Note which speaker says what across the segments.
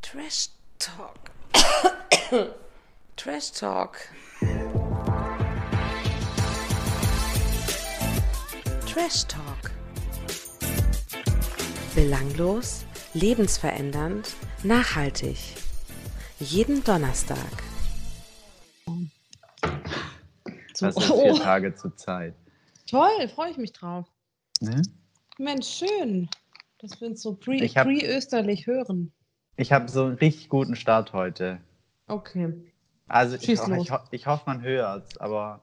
Speaker 1: Trash Talk. Trash Talk. Trash Talk. Belanglos, lebensverändernd, nachhaltig. Jeden Donnerstag.
Speaker 2: So,
Speaker 3: Das sind
Speaker 2: oh,
Speaker 3: Also vier Tage zur Zeit.
Speaker 2: toll, freue ich mich drauf.
Speaker 3: Ne?
Speaker 2: Mensch, schön, dass wir uns so pre-
Speaker 3: Ich hab-
Speaker 2: pre-österlich hören.
Speaker 3: Ich habe so einen richtig guten Start heute.
Speaker 2: Okay.
Speaker 3: Also ich,
Speaker 2: Schieß
Speaker 3: ho
Speaker 2: los.
Speaker 3: ich, ho ich hoffe, man hört aber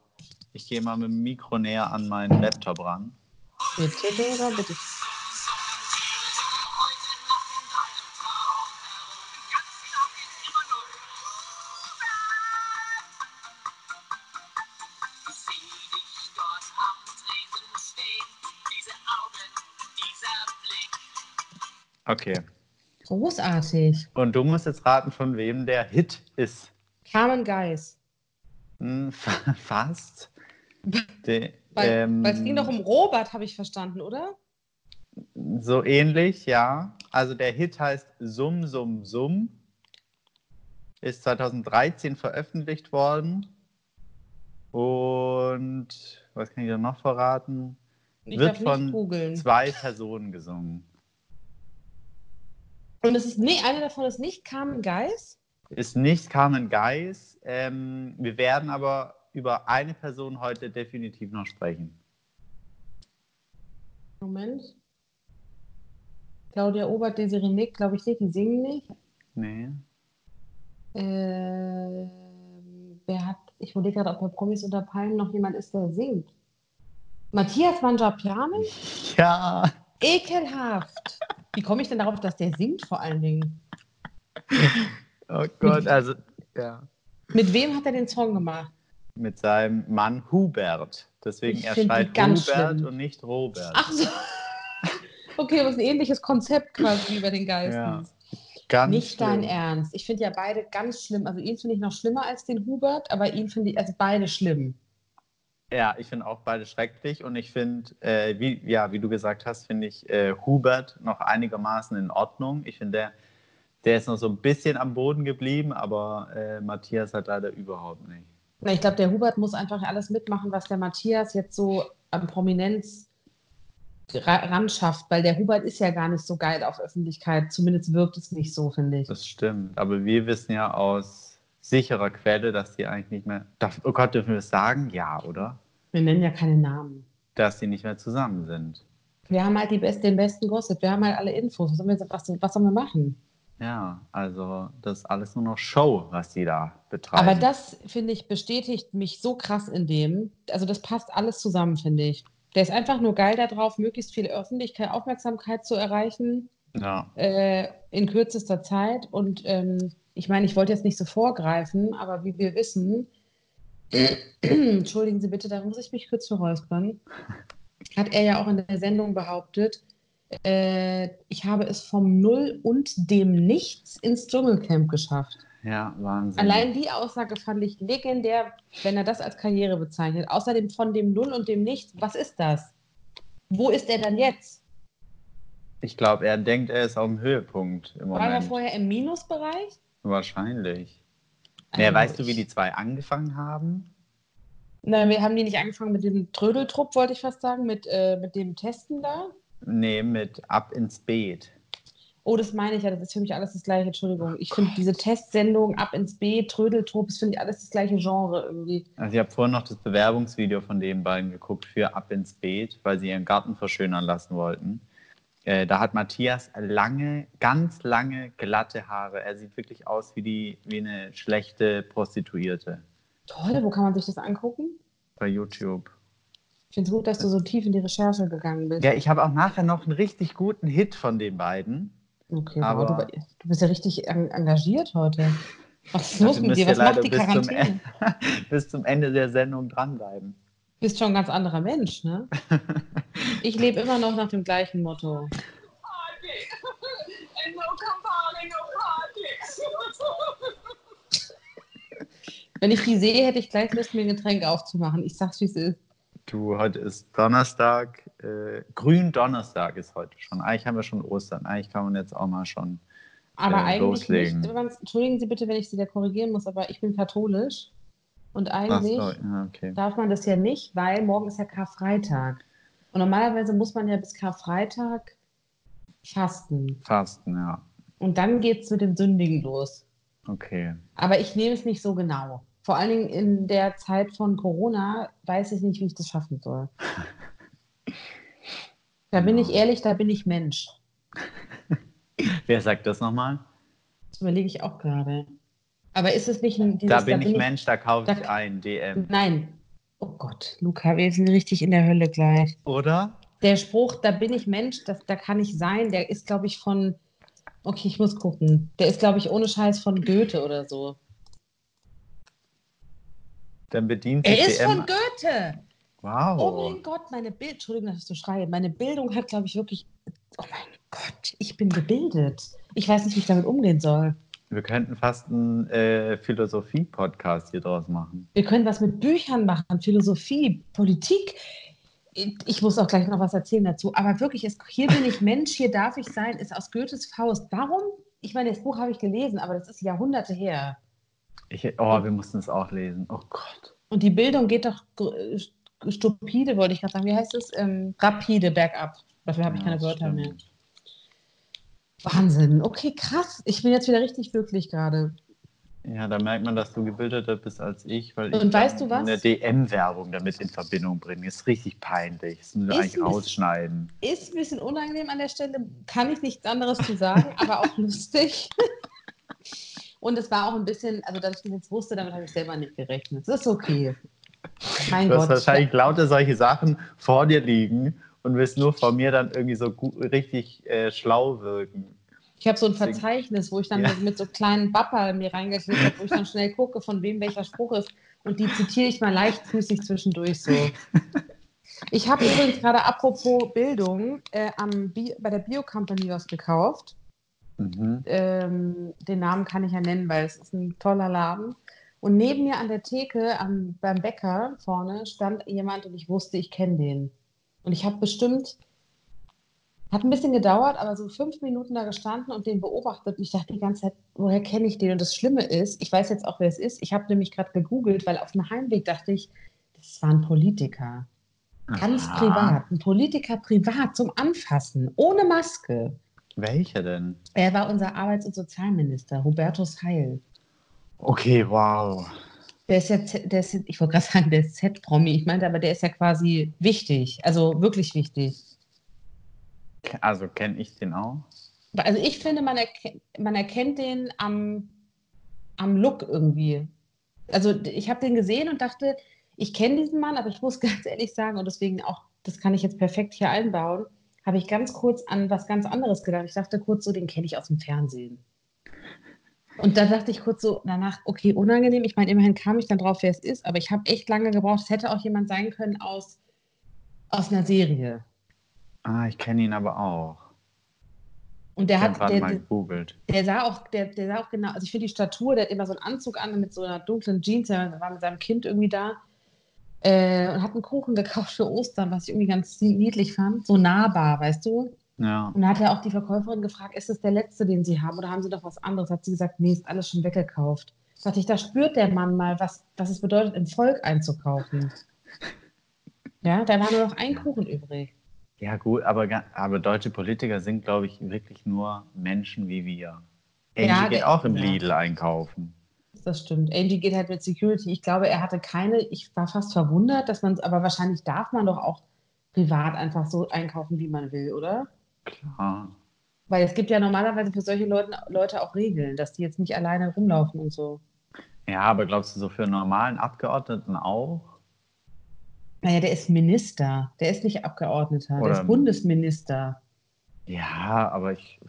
Speaker 3: ich gehe mal mit dem Mikro näher an meinen Laptop ran.
Speaker 2: Bitte, Dora, bitte.
Speaker 4: Ich seh dich dort am Tresen stehen. Diese Augen, dieser Blick.
Speaker 3: Okay.
Speaker 2: Großartig.
Speaker 3: Und du musst jetzt raten, von wem der Hit ist.
Speaker 2: Carmen Geis.
Speaker 3: Hm, fa- fast. De,
Speaker 2: Weil
Speaker 3: ähm,
Speaker 2: weil es ging doch um Robert, habe ich verstanden, oder?
Speaker 3: So ähnlich, ja. Also der Hit heißt Sum Sum Sum. Ist 2013 veröffentlicht worden. Und was kann ich da noch verraten?
Speaker 2: Ich
Speaker 3: Wird
Speaker 2: darf
Speaker 3: von
Speaker 2: nicht googeln.
Speaker 3: Zwei Personen gesungen.
Speaker 2: Und es ist, nee, eine davon ist nicht Carmen Geis.
Speaker 3: Ist nicht Carmen Geis. Ähm, wir werden aber über eine Person heute definitiv noch sprechen.
Speaker 2: Moment. Claudia Obert, Desiree Nick, glaube ich nicht, die singen nicht.
Speaker 3: Nee.
Speaker 2: Ähm, wer hat, ich überlege gerade, ob bei Promis unter Palmen noch jemand ist, der singt. Matthias Mangiapane?
Speaker 3: Ja.
Speaker 2: Ekelhaft! Wie komme ich denn darauf, dass der singt vor allen Dingen?
Speaker 3: Oh Gott, also ja.
Speaker 2: Mit wem hat er den Song gemacht?
Speaker 3: Mit seinem Mann Hubert. Deswegen
Speaker 2: Ich
Speaker 3: er
Speaker 2: find die
Speaker 3: schreit Hubert
Speaker 2: ganz schlimm.
Speaker 3: und nicht Robert.
Speaker 2: Ach so. Okay, aber es ist ein ähnliches Konzept quasi wie bei den Geistern.
Speaker 3: Ganz
Speaker 2: Nicht dein
Speaker 3: schlimm.
Speaker 2: Ernst. Ich finde ja beide ganz schlimm. Also ihn finde ich noch schlimmer als den Hubert, aber ihn finde ich, also beide schlimm.
Speaker 3: Ja, ich finde auch beide schrecklich und ich finde, äh, wie, ja, wie du gesagt hast, finde ich äh, Hubert noch einigermaßen in Ordnung. Ich finde, der, der ist noch so ein bisschen am Boden geblieben, aber äh, Matthias hat leider überhaupt nicht.
Speaker 2: Na, ich glaube, der Hubert muss einfach alles mitmachen, was der Matthias jetzt so an Prominenz ra- ran schafft, weil der Hubert ist ja gar nicht so geil auf Öffentlichkeit. Zumindest wirkt es nicht so, finde ich.
Speaker 3: Das stimmt, aber wir wissen ja aus sicherer Quelle, dass die eigentlich nicht mehr, darf, oh Gott, dürfen wir das sagen? Ja, oder?
Speaker 2: Wir nennen ja keine Namen.
Speaker 3: Dass die nicht mehr zusammen sind.
Speaker 2: Wir haben halt die best, den besten Gossip, wir haben halt alle Infos. Was sollen wir, jetzt- was, was sollen wir machen?
Speaker 3: Ja, also das ist alles nur noch Show, was die da betreiben.
Speaker 2: Aber das, finde ich, bestätigt mich so krass in dem. Also das passt alles zusammen, finde ich. Der ist einfach nur geil darauf, möglichst viel Öffentlichkeit, Aufmerksamkeit zu erreichen.
Speaker 3: ja.
Speaker 2: äh, in kürzester Zeit. Und ähm, ich meine, ich wollte jetzt nicht so vorgreifen, aber wie wir wissen, entschuldigen Sie bitte, da muss ich mich kurz verräuspern, hat er ja auch in der Sendung behauptet, äh, ich habe es vom Null und dem Nichts ins Dschungelcamp geschafft.
Speaker 3: Ja, Wahnsinn.
Speaker 2: Allein die Aussage fand ich legendär, wenn er das als Karriere bezeichnet. Außerdem von dem Null und dem Nichts, was ist das? Wo ist er denn jetzt?
Speaker 3: Ich glaube, er denkt, er ist auf dem Höhepunkt im
Speaker 2: War er
Speaker 3: Moment.
Speaker 2: vorher im Minusbereich?
Speaker 3: Wahrscheinlich.
Speaker 2: Also
Speaker 3: Ja, weißt du, wie
Speaker 2: ich-
Speaker 3: die zwei angefangen haben?
Speaker 2: Nein, wir haben die nicht angefangen mit dem Trödeltrupp, wollte ich fast sagen, mit, äh, mit dem Testen da.
Speaker 3: Nee, mit Ab ins Beet.
Speaker 2: Oh, das meine ich ja, das ist für mich alles das gleiche, Entschuldigung. Ich finde diese Testsendung ab ins B, Trödeltrupp, das finde ich alles das gleiche Genre irgendwie.
Speaker 3: Also ich habe vorhin noch das Bewerbungsvideo von den beiden geguckt für Ab ins Beet, weil sie ihren Garten verschönern lassen wollten. Äh, da hat Matthias lange, ganz lange glatte Haare. Er sieht wirklich aus wie, die, wie eine schlechte Prostituierte
Speaker 2: Toll, wo kann man sich das angucken?
Speaker 3: bei YouTube.
Speaker 2: Ich finde es gut, dass du so tief in die Recherche gegangen bist.
Speaker 3: Ja, ich habe auch nachher noch einen richtig guten Hit von den beiden.
Speaker 2: okay,
Speaker 3: aber-
Speaker 2: aber du, du bist ja richtig en- engagiert heute. Was ist
Speaker 3: Ja,
Speaker 2: los
Speaker 3: wir
Speaker 2: mit
Speaker 3: müssen
Speaker 2: dir?
Speaker 3: ja
Speaker 2: Was macht
Speaker 3: leider
Speaker 2: die
Speaker 3: bis zum
Speaker 2: Quarantäne?
Speaker 3: Ende- bis zum Ende der Sendung dranbleiben.
Speaker 2: Du bist schon ein ganz anderer Mensch, ne? Ich lebe immer noch nach dem gleichen Motto.
Speaker 4: Party! And no Campari, no party!
Speaker 2: Wenn ich die sehe, hätte ich gleich Lust, mir ein Getränk aufzumachen. Ich sag's, wie es ist.
Speaker 3: Du, heute ist Donnerstag. Äh, Grün Donnerstag ist heute schon. Eigentlich haben wir schon Ostern. Eigentlich kann man jetzt auch mal schon
Speaker 2: Aber
Speaker 3: äh,
Speaker 2: eigentlich
Speaker 3: loslegen.
Speaker 2: nicht. Ganz- Entschuldigen Sie bitte, wenn ich Sie da korrigieren muss, aber ich bin katholisch. Und
Speaker 3: Ach
Speaker 2: eigentlich
Speaker 3: so, ja, okay.
Speaker 2: darf man das ja nicht, weil morgen ist ja Karfreitag. Und normalerweise muss man ja bis Karfreitag fasten.
Speaker 3: Fasten, ja.
Speaker 2: Und dann geht es mit dem Sündigen los.
Speaker 3: Okay.
Speaker 2: Aber ich nehme es nicht so genau. Vor allen Dingen in der Zeit von Corona weiß ich nicht, wie ich das schaffen soll. Da bin
Speaker 3: Ja.
Speaker 2: ich ehrlich, da bin ich Mensch.
Speaker 3: Wer sagt das nochmal?
Speaker 2: Das überlege ich auch gerade. Aber ist es nicht ein. Dieses,
Speaker 3: Da bin ich Mensch, da kaufe
Speaker 2: da-
Speaker 3: ich ein, DM.
Speaker 2: Nein. Oh Gott, Luca, wir sind richtig in der Hölle gleich.
Speaker 3: Oder?
Speaker 2: Der Spruch, da bin ich Mensch, das, da kann ich sein, der ist, glaube ich, von. Okay, ich muss gucken. Der ist, glaube ich, ohne Scheiß von Goethe oder so.
Speaker 3: Dann bedient sich
Speaker 2: Er ist
Speaker 3: DM.
Speaker 2: von Goethe! Oh
Speaker 3: wow.
Speaker 2: mein Gott, meine Bildung, Entschuldigung, dass ich so schreie. Meine Bildung hat, glaube ich, wirklich. Oh mein Gott, ich bin gebildet. Ich weiß nicht, wie ich damit umgehen soll.
Speaker 3: Wir könnten fast einen äh, Philosophie-Podcast hier draus machen.
Speaker 2: Wir können was mit Büchern machen, Philosophie, Politik. Ich muss auch gleich noch was erzählen dazu. Aber wirklich, es, hier bin ich Mensch, hier darf ich sein, ist aus Goethes Faust. Warum? Ich meine, das Buch habe ich gelesen, aber das ist Jahrhunderte her.
Speaker 3: Ich, oh, wir mussten es auch lesen. Oh Gott.
Speaker 2: Und die Bildung geht doch gr- äh, stupide, wollte ich gerade sagen. Wie heißt es? Ähm, rapide bergab. Dafür habe ich
Speaker 3: Ja,
Speaker 2: keine
Speaker 3: das
Speaker 2: Wörter mehr.
Speaker 3: stimmt.
Speaker 2: Wahnsinn. Okay, krass. Ich bin jetzt wieder richtig glücklich gerade.
Speaker 3: Ja, da merkt man, dass du gebildeter bist als ich, weil ich
Speaker 2: Und weißt
Speaker 3: dann
Speaker 2: du was?
Speaker 3: eine DM-Werbung damit in Verbindung bringe. Ist richtig peinlich. Das müssen wir
Speaker 2: Ist
Speaker 3: eigentlich
Speaker 2: ein bisschen-
Speaker 3: rausschneiden.
Speaker 2: Ist ein bisschen unangenehm an der Stelle, kann ich nichts anderes zu sagen, aber auch lustig. Und es war auch ein bisschen, also dass ich das jetzt wusste, damit habe ich selber nicht gerechnet. Das ist okay. Mein
Speaker 3: Du hast
Speaker 2: Gott.
Speaker 3: wahrscheinlich lauter solche Sachen vor dir liegen und willst nur vor mir dann irgendwie so gu- richtig äh, schlau wirken.
Speaker 2: Ich habe so ein Verzeichnis, wo ich dann
Speaker 3: Ja.
Speaker 2: mit so kleinen Bapper mir reingeklickt habe, wo ich dann schnell gucke, von wem welcher Spruch ist. Und die zitiere ich mal leichtfüßig zwischendurch so. Ich habe übrigens gerade, apropos Bildung, äh, am Bi bei der Bio Company was gekauft.
Speaker 3: Mhm.
Speaker 2: Ähm, den Namen kann ich ja nennen, weil es ist ein toller Laden. Und neben mir an der Theke, am, beim Bäcker vorne, stand jemand und ich wusste, ich kenne den. Und ich habe bestimmt, hat ein bisschen gedauert, aber so fünf Minuten da gestanden und den beobachtet. Und ich dachte die ganze Zeit, woher kenne ich den? Und das Schlimme ist, ich weiß jetzt auch, wer es ist. Ich habe nämlich gerade gegoogelt, weil auf dem Heimweg dachte ich, das war ein Politiker. Ganz
Speaker 3: Aha.
Speaker 2: privat. Ein Politiker privat zum Anfassen, ohne Maske.
Speaker 3: Welcher denn?
Speaker 2: Er war unser Arbeits- und Sozialminister, Hubertus Heil.
Speaker 3: Okay, wow.
Speaker 2: Der ist ja, Z- der ist, ich wollte gerade sagen, der ist Z-Promi. Ich meinte, aber der ist ja quasi wichtig, also wirklich wichtig.
Speaker 3: Ke- Also kenne ich den auch?
Speaker 2: Also ich finde, man, erke man erkennt den am, am Look irgendwie. Also d- ich habe den gesehen und dachte, ich kenne diesen Mann, aber ich muss ganz ehrlich sagen, und deswegen auch, das kann ich jetzt perfekt hier einbauen, habe ich ganz kurz an was ganz anderes gedacht. Ich dachte kurz so, den kenne ich aus dem Fernsehen. Und da dachte ich kurz so danach, okay, unangenehm. Ich meine, immerhin kam ich dann drauf, wer es ist, aber ich habe echt lange gebraucht. Es hätte auch jemand sein können aus, aus einer Serie.
Speaker 3: Ah, ich kenne ihn aber auch.
Speaker 2: Und der
Speaker 3: Ich habe
Speaker 2: hat,
Speaker 3: gerade
Speaker 2: der,
Speaker 3: mal gegoogelt.
Speaker 2: Der sah auch, der, der sah auch genau, also ich finde die Statur, der hat immer so einen Anzug an mit so einer dunklen Jeans, der war mit seinem Kind irgendwie da äh, und hat einen Kuchen gekauft für Ostern, was ich irgendwie ganz niedlich fand, so nahbar, weißt du?
Speaker 3: Ja.
Speaker 2: Und da hat er auch die Verkäuferin gefragt, ist es der letzte, den sie haben oder haben sie doch was anderes? Hat sie gesagt, nee, ist alles schon weggekauft. Da dachte ich, da spürt der Mann mal, was, was es bedeutet, im Volk einzukaufen. Ja, da war nur noch ein Kuchen übrig.
Speaker 3: Ja, gut, aber, ga- aber deutsche Politiker sind, glaube ich, wirklich nur Menschen wie wir. Angie
Speaker 2: Ja,
Speaker 3: geht
Speaker 2: ge-
Speaker 3: auch im
Speaker 2: ja.
Speaker 3: Lidl einkaufen.
Speaker 2: Das stimmt. Angie geht halt mit Security. Ich glaube, er hatte keine, ich war fast verwundert, dass man, aber wahrscheinlich darf man doch auch privat einfach so einkaufen, wie man will, oder?
Speaker 3: Klar.
Speaker 2: Weil es gibt ja normalerweise für solche Leute, Leute auch Regeln, dass die jetzt nicht alleine rumlaufen und so.
Speaker 3: Ja, aber glaubst du so für einen normalen Abgeordneten auch?
Speaker 2: Naja, der ist Minister. Der ist nicht Abgeordneter.
Speaker 3: Oder-
Speaker 2: der ist Bundesminister.
Speaker 3: Ja, aber ich.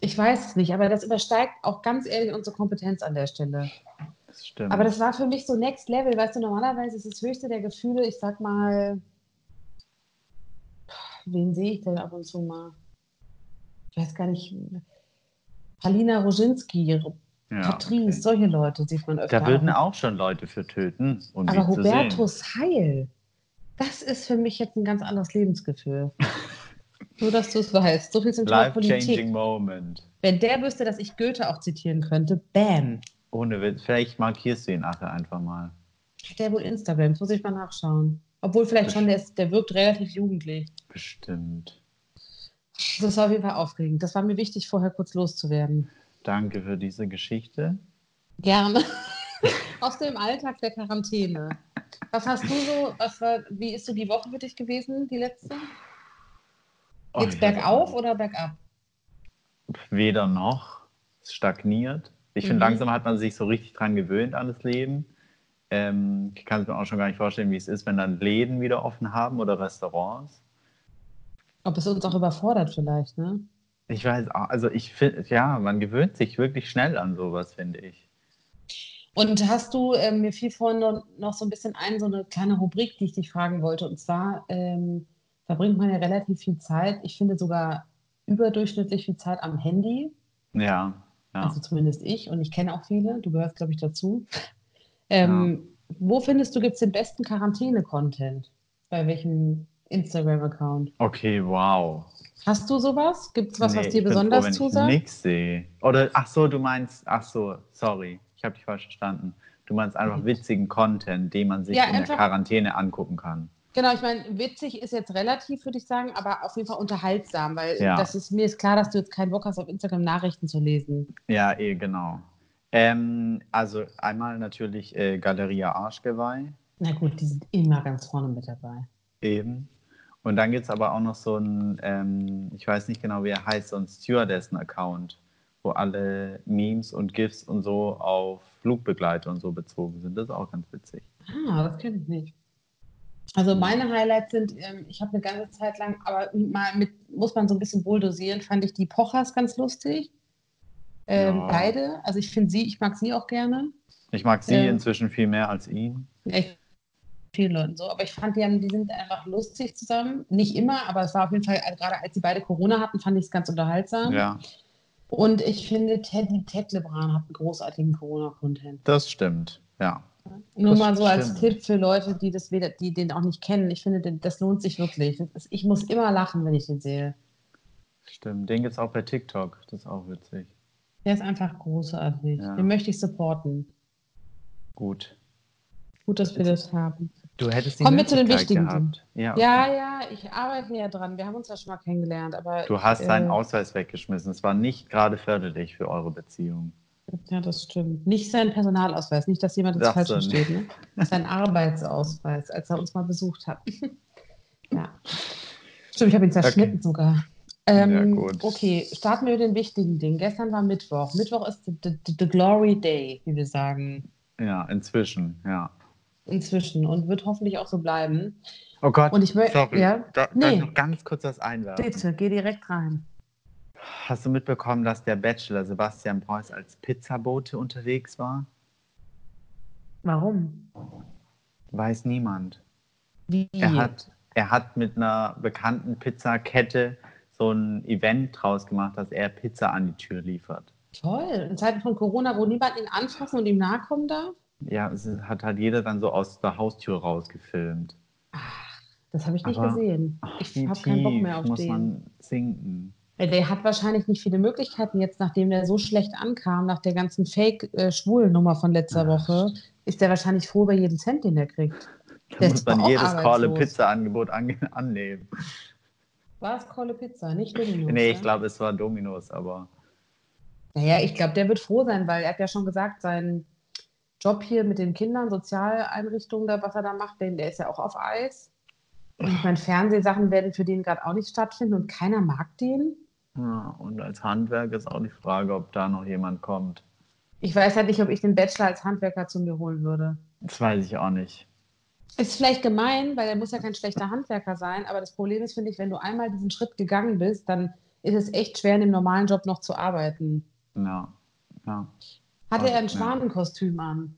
Speaker 2: Ich weiß es nicht, aber das übersteigt auch ganz ehrlich unsere Kompetenz an der Stelle.
Speaker 3: Das stimmt.
Speaker 2: Aber das war für mich so Next Level, weißt du, normalerweise ist das höchste der Gefühle, ich sag mal, wen sehe ich denn ab und zu mal? Ich weiß gar nicht. Halina Roginski,
Speaker 3: ja,
Speaker 2: Patrice,
Speaker 3: okay.
Speaker 2: solche Leute sieht man öfter.
Speaker 3: Da würden auch schon Leute für töten. Um
Speaker 2: Aber
Speaker 3: die zu sehen.
Speaker 2: Hubertus Heil, das ist für mich jetzt ein ganz anderes Lebensgefühl. Nur, dass du es weißt. So viel zum Thema
Speaker 3: Life-changing
Speaker 2: Politik.
Speaker 3: Moment.
Speaker 2: Wenn der wüsste, dass ich Goethe auch zitieren könnte, bam.
Speaker 3: Ohne Witz. Vielleicht markierst du ihn nachher einfach mal.
Speaker 2: Hat der wohl Instagram? Das muss ich mal nachschauen. Obwohl vielleicht schon, der, ist, der wirkt relativ jugendlich.
Speaker 3: Bestimmt.
Speaker 2: Das war auf jeden Fall aufregend. Das war mir wichtig, vorher kurz loszuwerden.
Speaker 3: Danke für diese Geschichte.
Speaker 2: Gerne. Aus dem Alltag der Quarantäne. Was hast du so, was war, wie ist so die Woche für dich gewesen, die letzte?
Speaker 3: Oh,
Speaker 2: Geht's
Speaker 3: ich hab-
Speaker 2: bergauf oder bergab?
Speaker 3: Weder noch. Es stagniert. Ich
Speaker 2: Mhm.
Speaker 3: finde, langsam hat man sich so richtig dran gewöhnt an das Leben. Ähm, ich kann es mir auch schon gar nicht vorstellen, wie es ist, wenn dann Läden wieder offen haben oder Restaurants.
Speaker 2: Ob es uns auch überfordert vielleicht, ne?
Speaker 3: Ich weiß, auch- also ich finde, ja, man gewöhnt sich wirklich schnell an sowas, finde ich.
Speaker 2: Und hast du, ähm, mir fiel vorhin noch- noch so ein bisschen ein, so eine kleine Rubrik, die ich dich fragen wollte. Und zwar ähm, verbringt man ja relativ viel Zeit, ich finde sogar überdurchschnittlich viel Zeit am Handy.
Speaker 3: Ja, ja.
Speaker 2: Also zumindest ich und ich kenne auch viele, du gehörst, glaube ich, dazu. Ähm, Wo findest du, gibt es den besten Quarantäne-Content? Bei welchem Instagram-Account?
Speaker 3: okay, wow.
Speaker 2: Hast du sowas? Gibt es was,
Speaker 3: Nee,
Speaker 2: was
Speaker 3: ich
Speaker 2: dir
Speaker 3: bin
Speaker 2: besonders
Speaker 3: froh, wenn
Speaker 2: zusagt?
Speaker 3: Ich nix sehe. Oder, ach so, du meinst, ach so, sorry, ich habe dich falsch verstanden. Du meinst einfach witzigen Content, den man sich
Speaker 2: Mhm. Ja,
Speaker 3: in
Speaker 2: einfach-
Speaker 3: der Quarantäne angucken kann.
Speaker 2: Genau, ich meine, witzig ist jetzt relativ, würde ich sagen, aber auf jeden Fall unterhaltsam, weil
Speaker 3: Ja.
Speaker 2: das ist, mir ist klar, dass du jetzt keinen Bock hast, auf Instagram Nachrichten zu lesen.
Speaker 3: Ja, eh, genau. Ähm, also einmal natürlich äh, Galeria Arschgeweih,
Speaker 2: Na gut, die sind immer ganz vorne mit dabei.
Speaker 3: eben. Und dann gibt es aber auch noch so einen, ähm, ich weiß nicht genau, wie er heißt, so einen Stewardessen-Account, wo alle Memes und GIFs und so auf Flugbegleiter und so bezogen sind. Das ist auch ganz witzig.
Speaker 2: Ah, das kenne ich nicht. Also meine Highlights sind, ähm, ich habe eine ganze Zeit lang, aber mal mit, muss man so ein bisschen wohl dosieren, fand ich die Pochers ganz lustig. Ähm,
Speaker 3: Ja.
Speaker 2: Beide. Also ich finde sie, ich mag sie auch gerne.
Speaker 3: Ich mag sie
Speaker 2: Ähm.
Speaker 3: inzwischen viel mehr als ihn.
Speaker 2: Ja, ich vielen Leuten so. Aber ich fand, die, haben, die sind einfach lustig zusammen. Nicht immer, aber es war auf jeden Fall, also gerade als sie beide Corona hatten, fand ich es ganz unterhaltsam.
Speaker 3: Ja,
Speaker 2: Und ich finde, Teddy Tetlebran hat einen großartigen Corona-Content.
Speaker 3: das stimmt. Ja.
Speaker 2: Nur
Speaker 3: Das
Speaker 2: mal so als
Speaker 3: stimmt.
Speaker 2: Tipp für Leute, die, das weder, die den auch nicht kennen. Ich finde, den- das lohnt sich wirklich. Das ist, ich muss immer lachen, wenn ich den sehe.
Speaker 3: Stimmt. Den gibt es auch bei TikTok. Das ist auch witzig.
Speaker 2: Der ist einfach großartig.
Speaker 3: Ja.
Speaker 2: Den möchte ich supporten.
Speaker 3: Gut.
Speaker 2: Gut, dass wir das haben.
Speaker 3: Du hättest
Speaker 2: Kommen wir zu den
Speaker 3: Möglichkeit
Speaker 2: wichtigen
Speaker 3: gehabt. Ja, okay.
Speaker 2: Ja, ja, ich arbeite ja dran. Wir haben uns ja schon mal kennengelernt. Aber
Speaker 3: Du hast deinen
Speaker 2: äh,
Speaker 3: Ausweis weggeschmissen. Es war nicht gerade förderlich für eure Beziehung.
Speaker 2: Ja, das stimmt. Nicht sein Personalausweis, nicht, dass jemand das
Speaker 3: Das
Speaker 2: falsch
Speaker 3: dann.
Speaker 2: versteht. Ne? Sein Arbeitsausweis, als er uns mal besucht hat. ja. Stimmt, ich habe ihn zerschnitten sogar. Ähm,
Speaker 3: Ja, gut.
Speaker 2: Okay, starten wir mit den wichtigen Dingen. Gestern war Mittwoch. Mittwoch ist the, the, the Glory Day, wie wir sagen,
Speaker 3: Ja, inzwischen, ja.
Speaker 2: inzwischen und wird hoffentlich auch so bleiben.
Speaker 3: Oh Gott,
Speaker 2: Und ich möchte,
Speaker 3: sorry.
Speaker 2: ja,
Speaker 3: Da,
Speaker 2: Nee.
Speaker 3: darf ich noch ganz kurz was einwerfen.
Speaker 2: bitte, geh direkt rein.
Speaker 3: Hast du mitbekommen, dass der Bachelor Sebastian Preuß als Pizzabote unterwegs war?
Speaker 2: Warum?
Speaker 3: Weiß niemand.
Speaker 2: Wie?
Speaker 3: Er hat, er hat mit einer bekannten Pizzakette so ein Event draus gemacht, dass er Pizza an die Tür liefert.
Speaker 2: Toll, in Zeiten von Corona, wo niemand ihn anfassen und ihm nahe kommen darf.
Speaker 3: Ja, es ist- hat halt jeder dann so aus der Haustür rausgefilmt.
Speaker 2: Ach, das habe ich nicht
Speaker 3: Aber-
Speaker 2: gesehen.
Speaker 3: Ach,
Speaker 2: Ich
Speaker 3: wie
Speaker 2: habe keinen Bock
Speaker 3: tief
Speaker 2: mehr auf
Speaker 3: muss
Speaker 2: den.
Speaker 3: man sinken.
Speaker 2: Weil Der hat wahrscheinlich nicht viele Möglichkeiten jetzt, nachdem der so schlecht ankam, nach der ganzen Fake-Schwulen-Nummer von letzter
Speaker 3: Ja,
Speaker 2: Woche, ist der wahrscheinlich froh über jeden Cent, den er kriegt.
Speaker 3: Da
Speaker 2: Der
Speaker 3: muss
Speaker 2: ist aber
Speaker 3: man
Speaker 2: auch
Speaker 3: jedes Corle
Speaker 2: arbeitslos.
Speaker 3: Pizza Angebot ange annehmen.
Speaker 2: War es Kolle Pizza, nicht Domino's?
Speaker 3: Nee, ich
Speaker 2: ne?
Speaker 3: glaube, es war Dominos, aber
Speaker 2: Naja, ich glaube, der wird froh sein, weil er hat ja schon gesagt, sein Job hier mit den Kindern, Sozialeinrichtungen, da, was er da macht, denn der ist ja auch auf Eis. Und ich meine, Fernsehsachen werden für den gerade auch nicht stattfinden und keiner mag den.
Speaker 3: ja, und als Handwerk ist auch die Frage, ob da noch jemand kommt.
Speaker 2: Ich weiß halt nicht, ob ich den Bachelor als Handwerker zu mir holen würde.
Speaker 3: Das weiß ich auch nicht.
Speaker 2: Ist vielleicht gemein, weil er muss ja kein schlechter Handwerker sein, aber das Problem ist, finde ich, wenn du einmal diesen Schritt gegangen bist, dann ist es echt schwer, in dem normalen Job noch zu arbeiten.
Speaker 3: Ja. ja.
Speaker 2: Hatte
Speaker 3: Also,
Speaker 2: er ein
Speaker 3: ja.
Speaker 2: Schwanenkostüm an?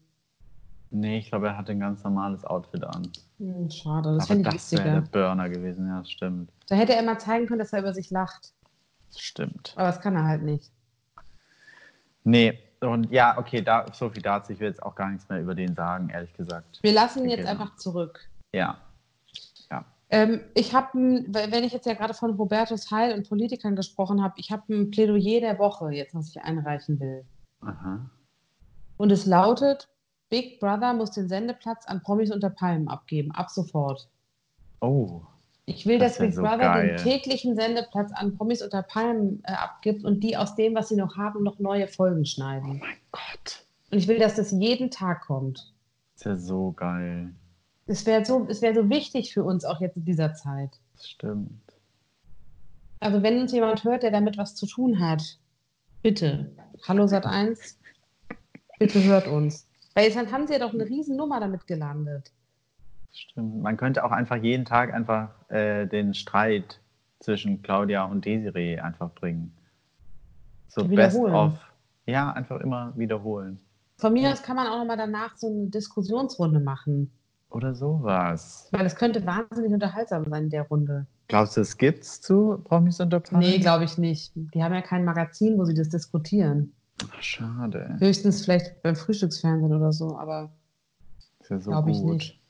Speaker 3: Nee, ich glaube, er hatte ein ganz normales Outfit an.
Speaker 2: Hm, schade, das
Speaker 3: aber
Speaker 2: finde ich
Speaker 3: das wäre der
Speaker 2: lustiger.
Speaker 3: Burner gewesen, ja, das stimmt.
Speaker 2: Da hätte er mal zeigen können, dass er über sich lacht.
Speaker 3: Das stimmt.
Speaker 2: Aber das kann er halt nicht.
Speaker 3: Nee, und ja, okay, da, so viel dazu. Ich will jetzt auch gar nichts mehr über den sagen, ehrlich gesagt.
Speaker 2: Wir lassen ihn jetzt
Speaker 3: Genau.
Speaker 2: einfach zurück.
Speaker 3: Ja.
Speaker 2: Ähm, ich habe, wenn ich jetzt ja gerade von Robertus Heil und Politikern gesprochen habe, ich habe ein Plädoyer der Woche jetzt, was ich einreichen will.
Speaker 3: Aha.
Speaker 2: Und es lautet, Big Brother muss den Sendeplatz an Promis unter Palmen abgeben, ab sofort.
Speaker 3: Oh.
Speaker 2: Ich will,
Speaker 3: Das
Speaker 2: dass
Speaker 3: wär
Speaker 2: Big
Speaker 3: so
Speaker 2: Brother
Speaker 3: geil.
Speaker 2: den täglichen Sendeplatz an Promis unter Palmen äh, abgibt und die aus dem, was sie noch haben, noch neue Folgen schneiden.
Speaker 3: mein Gott.
Speaker 2: Und ich will, dass das jeden Tag kommt.
Speaker 3: Ist ja so geil.
Speaker 2: Es wäre so, es wär so wichtig für uns auch jetzt in dieser Zeit.
Speaker 3: Das stimmt.
Speaker 2: Also wenn uns jemand hört, der damit was zu tun hat, bitte. Hallo Sat1, bitte hört uns. Weil jetzt haben sie ja doch eine Riesennummer damit gelandet.
Speaker 3: Stimmt. Man könnte auch einfach jeden Tag einfach äh, den Streit zwischen Claudia und Desiree einfach bringen. So best
Speaker 2: Wiederholen.
Speaker 3: of. Ja, einfach immer wiederholen.
Speaker 2: Von mir
Speaker 3: Ja.
Speaker 2: aus kann man auch nochmal danach so eine Diskussionsrunde machen.
Speaker 3: Oder sowas.
Speaker 2: Weil es könnte wahnsinnig unterhaltsam sein in der Runde.
Speaker 3: Glaubst du, es gibt's zu Promis unter Palmen?
Speaker 2: Nee, glaube ich nicht. Die haben ja kein Magazin, wo sie das diskutieren.
Speaker 3: Ach, Schade.
Speaker 2: Höchstens vielleicht beim Frühstücksfernsehen oder so, aber
Speaker 3: Ist ja so
Speaker 2: glaube ich
Speaker 3: gut.
Speaker 2: nicht.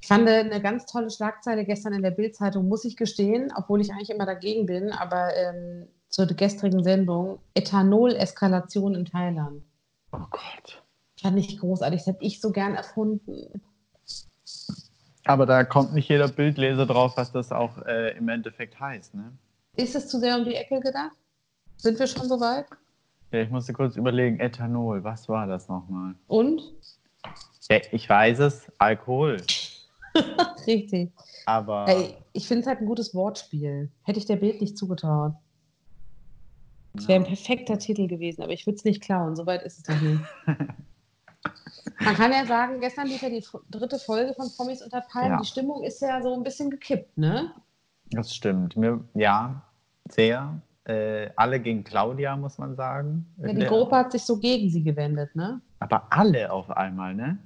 Speaker 2: Ich fand eine ganz tolle Schlagzeile gestern in der Bild-Zeitung, muss ich gestehen, obwohl ich eigentlich immer dagegen bin, aber ähm, zur gestrigen Sendung: Ethanol-Eskalation in Thailand.
Speaker 3: Oh Gott.
Speaker 2: Fand ich großartig, das hätte ich so gern erfunden.
Speaker 3: Aber da kommt nicht jeder Bildleser drauf, was das auch äh, im Endeffekt heißt. Ne?
Speaker 2: Ist es zu sehr um die Ecke gedacht? Sind wir schon soweit?
Speaker 3: Ja, ich musste kurz überlegen, Ethanol, was war das nochmal?
Speaker 2: Und?
Speaker 3: Ja, ich weiß es, Alkohol.
Speaker 2: Richtig.
Speaker 3: Aber
Speaker 2: Ey, ich finde es halt ein gutes Wortspiel. Hätte ich der Bild nicht zugetraut. Es wäre ein perfekter Titel gewesen, aber ich würde es nicht klauen. Soweit ist es noch nicht. Mhm. Man kann ja sagen, gestern lief ja die f- dritte Folge von Promis unter Palmen.
Speaker 3: Ja.
Speaker 2: Die Stimmung ist ja so ein bisschen gekippt, ne?
Speaker 3: das stimmt. Mir, ja, sehr. Äh, alle gegen Claudia, muss man sagen.
Speaker 2: Ja, die Gruppe hat sich so gegen sie gewendet, ne?
Speaker 3: Aber alle auf einmal, ne?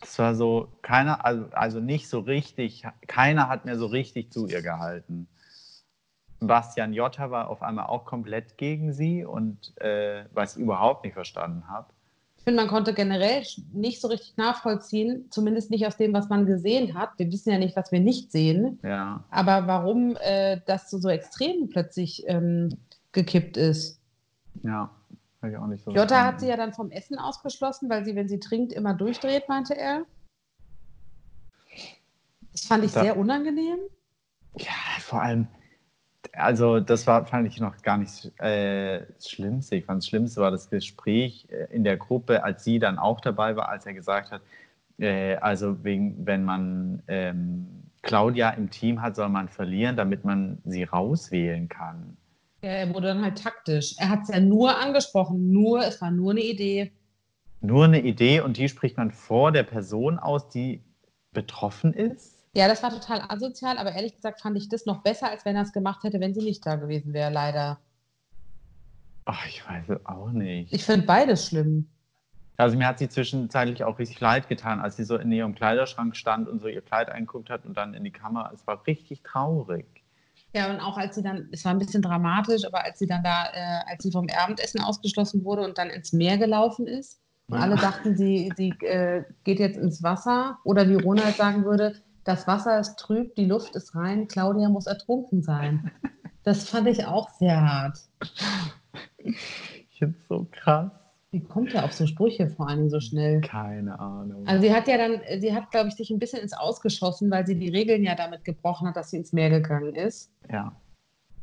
Speaker 3: Es war so, keiner, also, also nicht so richtig, keiner hat mehr so richtig zu ihr gehalten. Bastian Jotta war auf einmal auch komplett gegen sie und äh, was ich überhaupt nicht verstanden habe.
Speaker 2: Ich finde, man konnte generell sch- nicht so richtig nachvollziehen, zumindest nicht aus dem, was man gesehen hat. Wir wissen ja nicht, was wir nicht sehen,
Speaker 3: Ja,
Speaker 2: aber warum äh, das so, so extrem plötzlich ähm, gekippt ist.
Speaker 3: ja, habe ich auch nicht so
Speaker 2: Jotta
Speaker 3: verstanden.
Speaker 2: hat sie ja dann vom Essen ausgeschlossen, weil sie, wenn sie trinkt, immer durchdreht, meinte er. Das fand ich
Speaker 3: Da-
Speaker 2: sehr unangenehm.
Speaker 3: Ja, vor allem, also das war, fand ich noch gar nicht äh, das Schlimmste. Ich fand das Schlimmste war das Gespräch äh, in der Gruppe, als sie dann auch dabei war, als er gesagt hat, äh, also wegen, wenn man ähm, Claudia im Team hat, soll man verlieren, damit man sie rauswählen kann.
Speaker 2: Ja, er wurde dann halt taktisch. Er hat es ja nur angesprochen, nur, es war nur eine Idee.
Speaker 3: Nur eine Idee und die spricht man vor der Person aus, die betroffen ist.
Speaker 2: Ja, das war total asozial, aber ehrlich gesagt fand ich das noch besser, als wenn er es gemacht hätte, wenn sie nicht da gewesen wäre, leider.
Speaker 3: Ach, ich weiß es auch nicht.
Speaker 2: Ich finde beides schlimm.
Speaker 3: Also mir hat sie zwischenzeitlich auch richtig leid getan, als sie so in ihrem Kleiderschrank stand und so ihr Kleid einguckt hat und dann in die Kamera. Es war richtig traurig.
Speaker 2: Ja, und auch als sie dann, es war ein bisschen dramatisch, aber als sie dann da, äh, als sie vom Abendessen ausgeschlossen wurde und dann ins Meer gelaufen ist, und alle dachten, sie, sie äh, geht jetzt ins Wasser oder wie Ronald sagen würde, das Wasser ist trüb, die Luft ist rein, Claudia muss ertrunken sein. Das fand ich auch sehr hart.
Speaker 3: Ich finde so krass.
Speaker 2: Wie kommt er auf so Sprüche vor allen Dingen so schnell?
Speaker 3: Keine Ahnung.
Speaker 2: Also sie hat ja dann, sie hat, glaube ich, sich ein bisschen ins Ausgeschossen, weil sie die Regeln ja damit gebrochen hat, dass sie ins Meer gegangen ist.
Speaker 3: ja.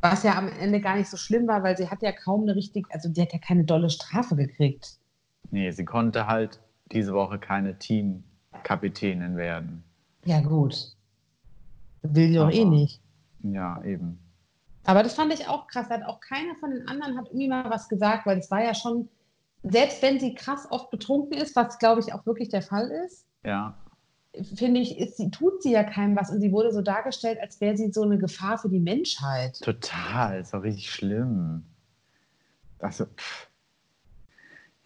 Speaker 2: Was ja am Ende gar nicht so schlimm war, weil sie hat ja kaum eine richtig, also sie hat ja keine dolle Strafe gekriegt.
Speaker 3: Nee, sie konnte halt diese Woche keine Teamkapitänin werden.
Speaker 2: Ja, gut. Will sie doch eh
Speaker 3: Aber-
Speaker 2: nicht.
Speaker 3: Ja, eben.
Speaker 2: Aber das fand ich auch krass. Da Hat auch keiner von den anderen hat irgendwie mal was gesagt, weil es war ja schon, selbst wenn sie krass oft betrunken ist, was glaube ich auch wirklich der Fall ist,
Speaker 3: Ja.
Speaker 2: finde ich, ist, sie, tut sie ja keinem was. Und sie wurde so dargestellt, als wäre sie so eine Gefahr für die Menschheit.
Speaker 3: Total. Es war richtig schlimm. Also, pff.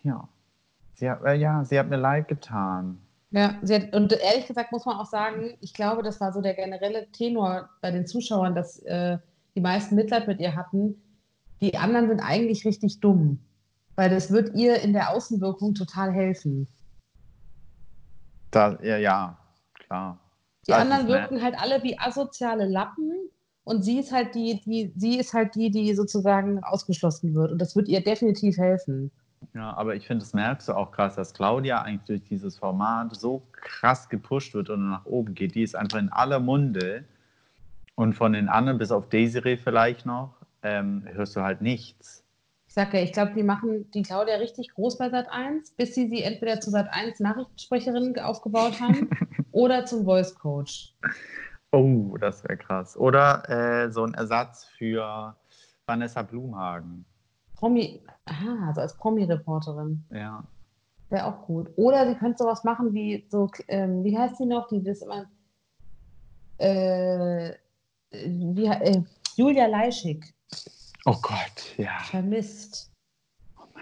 Speaker 3: ja. Sie hat, äh, ja, sie hat mir leid getan.
Speaker 2: Ja, sie hat, und ehrlich gesagt muss man auch sagen, ich glaube, das war so der generelle Tenor bei den Zuschauern, dass äh, die meisten Mitleid mit ihr hatten. Die anderen sind eigentlich richtig dumm, weil das wird ihr in der Außenwirkung total helfen.
Speaker 3: Da, ja, ja, klar.
Speaker 2: Die
Speaker 3: Das
Speaker 2: anderen
Speaker 3: ist nett.
Speaker 2: wirken halt alle wie asoziale Lappen und sie ist halt die, die, sie ist halt die, die sozusagen ausgeschlossen wird. Und das wird ihr definitiv helfen.
Speaker 3: Ja, aber ich finde, das merkst du auch krass, dass Claudia eigentlich durch dieses Format so krass gepusht wird und nach oben geht. Die ist einfach in aller Munde. Und von den anderen, bis auf Desiree vielleicht noch, ähm, hörst du halt nichts.
Speaker 2: Ich sag ja, ich glaube, die machen die Claudia richtig groß bei Sat 1, bis sie sie entweder zu Sat 1 Nachrichtensprecherin aufgebaut haben oder zum Voice Coach.
Speaker 3: Oh, das wäre krass. Oder äh, so ein Ersatz für Vanessa Blumhagen.
Speaker 2: Promi, aha, also als Promi-Reporterin.
Speaker 3: Ja.
Speaker 2: Wäre auch gut. Oder sie könnte sowas machen wie so, ähm, wie heißt sie noch, die das immer. Äh, wie, he- äh, Julia Leischig,
Speaker 3: Oh Gott, ja.
Speaker 2: vermisst.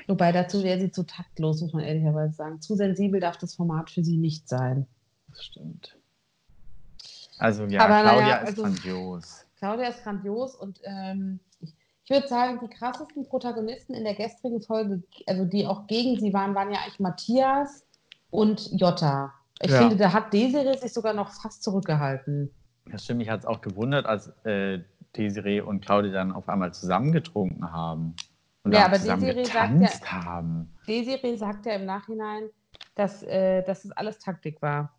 Speaker 2: Wobei dazu wäre sie zu taktlos, muss man ehrlicherweise sagen. Zu sensibel darf das Format für sie nicht sein.
Speaker 3: Das stimmt. Also ja,
Speaker 2: Aber
Speaker 3: Claudia
Speaker 2: naja,
Speaker 3: ist
Speaker 2: also-
Speaker 3: grandios.
Speaker 2: Claudia ist grandios und ähm, ich, ich würde sagen, die krassesten Protagonisten in der gestrigen Folge, also die auch gegen sie waren, waren ja eigentlich Matthias und Jotta. Ich
Speaker 3: Ja.
Speaker 2: finde, da hat Desiree sich sogar noch fast zurückgehalten.
Speaker 3: Das stimmt, mich hat es auch gewundert, als äh, Desiree und Claudia dann auf einmal zusammengetrunken haben. Und
Speaker 2: Ja,
Speaker 3: dann
Speaker 2: aber
Speaker 3: zusammen
Speaker 2: Desiree sagt
Speaker 3: getanzt haben.
Speaker 2: Desiree sagt ja im Nachhinein, dass, äh, dass es alles Taktik war.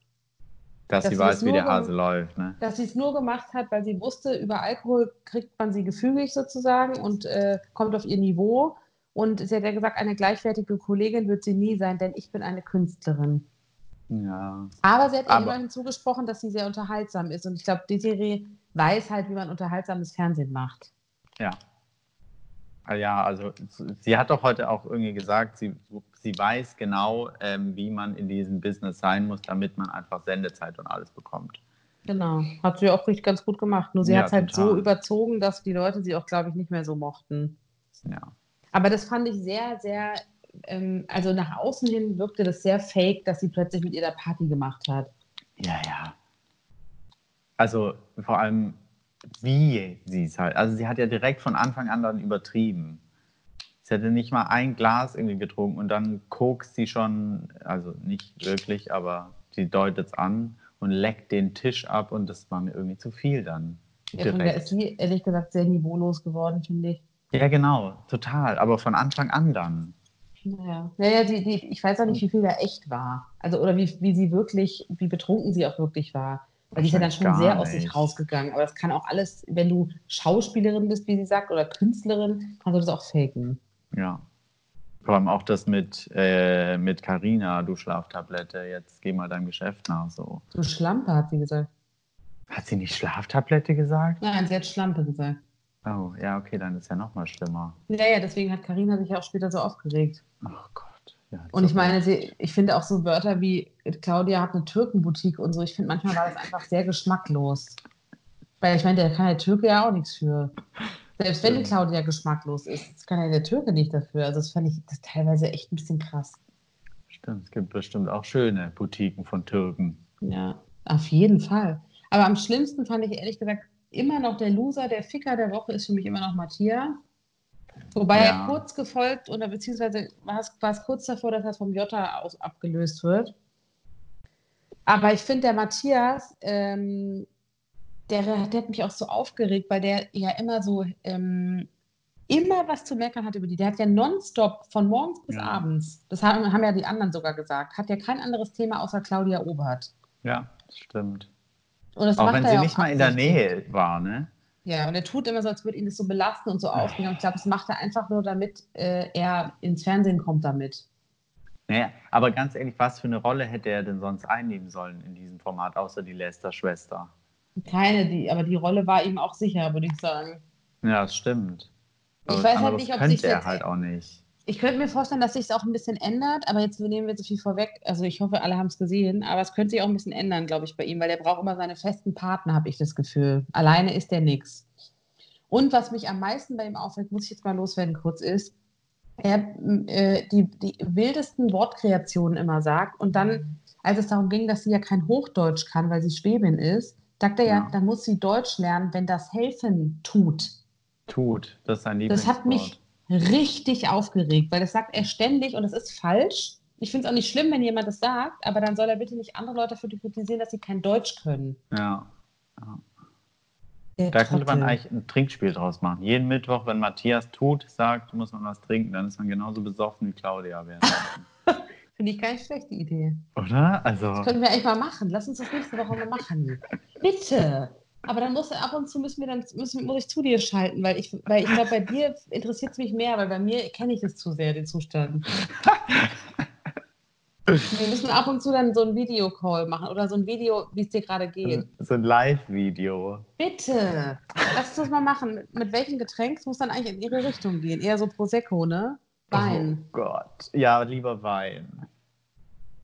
Speaker 3: Dass
Speaker 2: Dass
Speaker 3: sie
Speaker 2: sie
Speaker 3: weiß,
Speaker 2: das
Speaker 3: wie
Speaker 2: nur
Speaker 3: der
Speaker 2: gem-
Speaker 3: Hase läuft. Ne?
Speaker 2: Dass sie es nur gemacht hat, weil sie wusste, über Alkohol kriegt man sie gefügig sozusagen und äh, kommt auf ihr Niveau. Und sie hat ja gesagt, eine gleichwertige Kollegin wird sie nie sein, denn ich bin eine Künstlerin.
Speaker 3: Ja.
Speaker 2: Aber sie hat ja
Speaker 3: Aber-
Speaker 2: jemandem zugesprochen, dass sie sehr unterhaltsam ist. Und ich glaube, Desiree weiß halt, wie man unterhaltsames Fernsehen macht.
Speaker 3: ja. Ah Ja, also sie hat doch heute auch irgendwie gesagt, sie, sie weiß genau, ähm, wie man in diesem Business sein muss, damit man einfach Sendezeit und alles bekommt.
Speaker 2: Genau. Hat sie auch richtig ganz gut gemacht. Nur sie
Speaker 3: Ja,
Speaker 2: hat es halt so
Speaker 3: total.
Speaker 2: überzogen, dass die Leute sie auch, glaube ich, nicht mehr so mochten.
Speaker 3: Ja.
Speaker 2: Aber das fand ich sehr, sehr, ähm, also nach außen hin wirkte das sehr fake, dass sie plötzlich mit ihr da Party gemacht hat.
Speaker 3: Ja, ja. Also vor allem, wie sie es halt. Also sie hat ja direkt von Anfang an dann übertrieben. Sie hatte nicht mal ein Glas irgendwie getrunken und dann kokst sie schon, also nicht wirklich, aber sie deutet es an und leckt den Tisch ab und das war mir irgendwie zu viel dann.
Speaker 2: Ja, von der ist
Speaker 3: Direkt.
Speaker 2: sie ehrlich gesagt sehr niveaulos geworden, finde ich.
Speaker 3: Ja, genau, total. Aber von Anfang an dann.
Speaker 2: Naja, naja die, die, ich weiß auch nicht, wie viel da echt war. Also, oder wie, wie sie wirklich, wie betrunken sie auch wirklich war. Weil die ist ja dann schon
Speaker 3: Wahrscheinlich
Speaker 2: sehr
Speaker 3: gar
Speaker 2: aus sich
Speaker 3: nicht.
Speaker 2: rausgegangen. Aber das kann auch alles, wenn du Schauspielerin bist, wie sie sagt, oder Künstlerin, kannst du das auch faken.
Speaker 3: Ja. Vor allem auch das mit äh, mit Carina, du Schlaftablette, jetzt geh mal deinem Geschäft nach so.
Speaker 2: So Schlampe, hat sie gesagt.
Speaker 3: Hat sie nicht Schlaftablette gesagt?
Speaker 2: Nein, sie hat Schlampe gesagt.
Speaker 3: Oh, ja, okay, dann ist ja noch mal schlimmer.
Speaker 2: Naja, deswegen hat Karina sich ja auch später so aufgeregt.
Speaker 3: Ach Gott. Ja,
Speaker 2: Und ich
Speaker 3: super.
Speaker 2: meine, sie, ich finde auch so Wörter wie Claudia hat eine Türkenboutique und so. Ich finde, manchmal war das einfach sehr geschmacklos. Weil ich meine, der kann der Türke ja auch nichts für. Selbst wenn die
Speaker 3: Stimmt.
Speaker 2: Claudia geschmacklos ist, das kann ja der Türke nicht dafür. Also das fand ich das teilweise echt ein bisschen krass.
Speaker 3: Stimmt, es gibt bestimmt auch schöne Boutiquen von Türken.
Speaker 2: Ja, auf jeden Fall. Aber am schlimmsten fand ich ehrlich gesagt immer noch der Loser, der Ficker der Woche ist für mich immer noch Matthias. Wobei
Speaker 3: Ja.
Speaker 2: er kurz gefolgt oder beziehungsweise war es, war es kurz davor, dass er vom Jota aus abgelöst wird. Aber ich finde, der Matthias, ähm, der, der hat mich auch so aufgeregt, weil der ja immer so ähm, immer was zu meckern hat über die. Der hat ja nonstop von morgens bis
Speaker 3: Ja.
Speaker 2: abends, das haben, haben ja die anderen sogar gesagt, hat ja kein anderes Thema außer Claudia Obert.
Speaker 3: Ja, stimmt.
Speaker 2: Und das
Speaker 3: auch
Speaker 2: macht
Speaker 3: wenn
Speaker 2: er
Speaker 3: sie
Speaker 2: ja
Speaker 3: nicht mal in der
Speaker 2: absichtlich.
Speaker 3: Nähe war, ne?
Speaker 2: Ja, und er tut immer so, als würde ihn das so belasten und so aufregen. Und ich glaube, das macht er einfach nur, damit äh, er ins Fernsehen kommt damit.
Speaker 3: Naja, aber ganz ehrlich, was für eine Rolle hätte er denn sonst einnehmen sollen in diesem Format, außer die Lester-Schwester?
Speaker 2: Keine, die, aber die Rolle war ihm auch sicher, würde ich sagen.
Speaker 3: Ja, das stimmt.
Speaker 2: Ich
Speaker 3: was
Speaker 2: weiß halt
Speaker 3: anderes
Speaker 2: nicht, ob
Speaker 3: könnte
Speaker 2: sich's
Speaker 3: er
Speaker 2: jetzt-
Speaker 3: halt auch nicht.
Speaker 2: Ich könnte mir vorstellen, dass sich es auch ein bisschen ändert, aber jetzt nehmen wir so viel vorweg. Also ich hoffe, alle haben es gesehen, aber es könnte sich auch ein bisschen ändern, glaube ich, bei ihm, weil der braucht immer seine festen Partner, habe ich das Gefühl. Alleine ist der nix. Und was mich am meisten bei ihm aufregt, muss ich jetzt mal loswerden kurz, ist, er m, äh, die, die wildesten Wortkreationen immer sagt und dann, als es darum ging, dass sie ja kein Hochdeutsch kann, weil sie Schwäbin ist, sagt er ja,
Speaker 3: Ja.
Speaker 2: dann muss sie Deutsch lernen, wenn das helfen tut.
Speaker 3: Tut, das ist
Speaker 2: Das
Speaker 3: sein Lieblingswort.
Speaker 2: hat mich richtig aufgeregt, weil das sagt er ständig und das ist falsch. Ich finde es auch nicht schlimm, wenn jemand das sagt, aber dann soll er bitte nicht andere Leute dafür kritisieren, dass sie kein Deutsch können.
Speaker 3: Ja. ja.
Speaker 2: Der
Speaker 3: Da könnte man
Speaker 2: Trottel.
Speaker 3: eigentlich ein Trinkspiel draus machen. Jeden Mittwoch, wenn Matthias tut, sagt, muss man was trinken, dann ist man genauso besoffen wie Claudia wäre.
Speaker 2: Finde ich keine schlechte Idee.
Speaker 3: Oder? Also,
Speaker 2: Das könnten wir eigentlich mal machen. Lass uns das nächste Woche mal machen. Bitte. Aber dann muss ab und zu müssen wir dann müssen, muss ich zu dir schalten, weil ich, weil ich glaube, bei dir interessiert es mich mehr, weil bei mir kenne ich das zu sehr, den Zustand. Wir müssen ab und zu dann so ein Videocall machen oder so ein Video, wie es dir gerade geht.
Speaker 3: so ein Live-Video.
Speaker 2: Bitte, lass uns das mal machen. Mit welchem Getränk? Es muss dann eigentlich in ihre Richtung gehen. Eher so Prosecco, ne? Wein.
Speaker 3: Oh Gott. Ja, lieber Wein.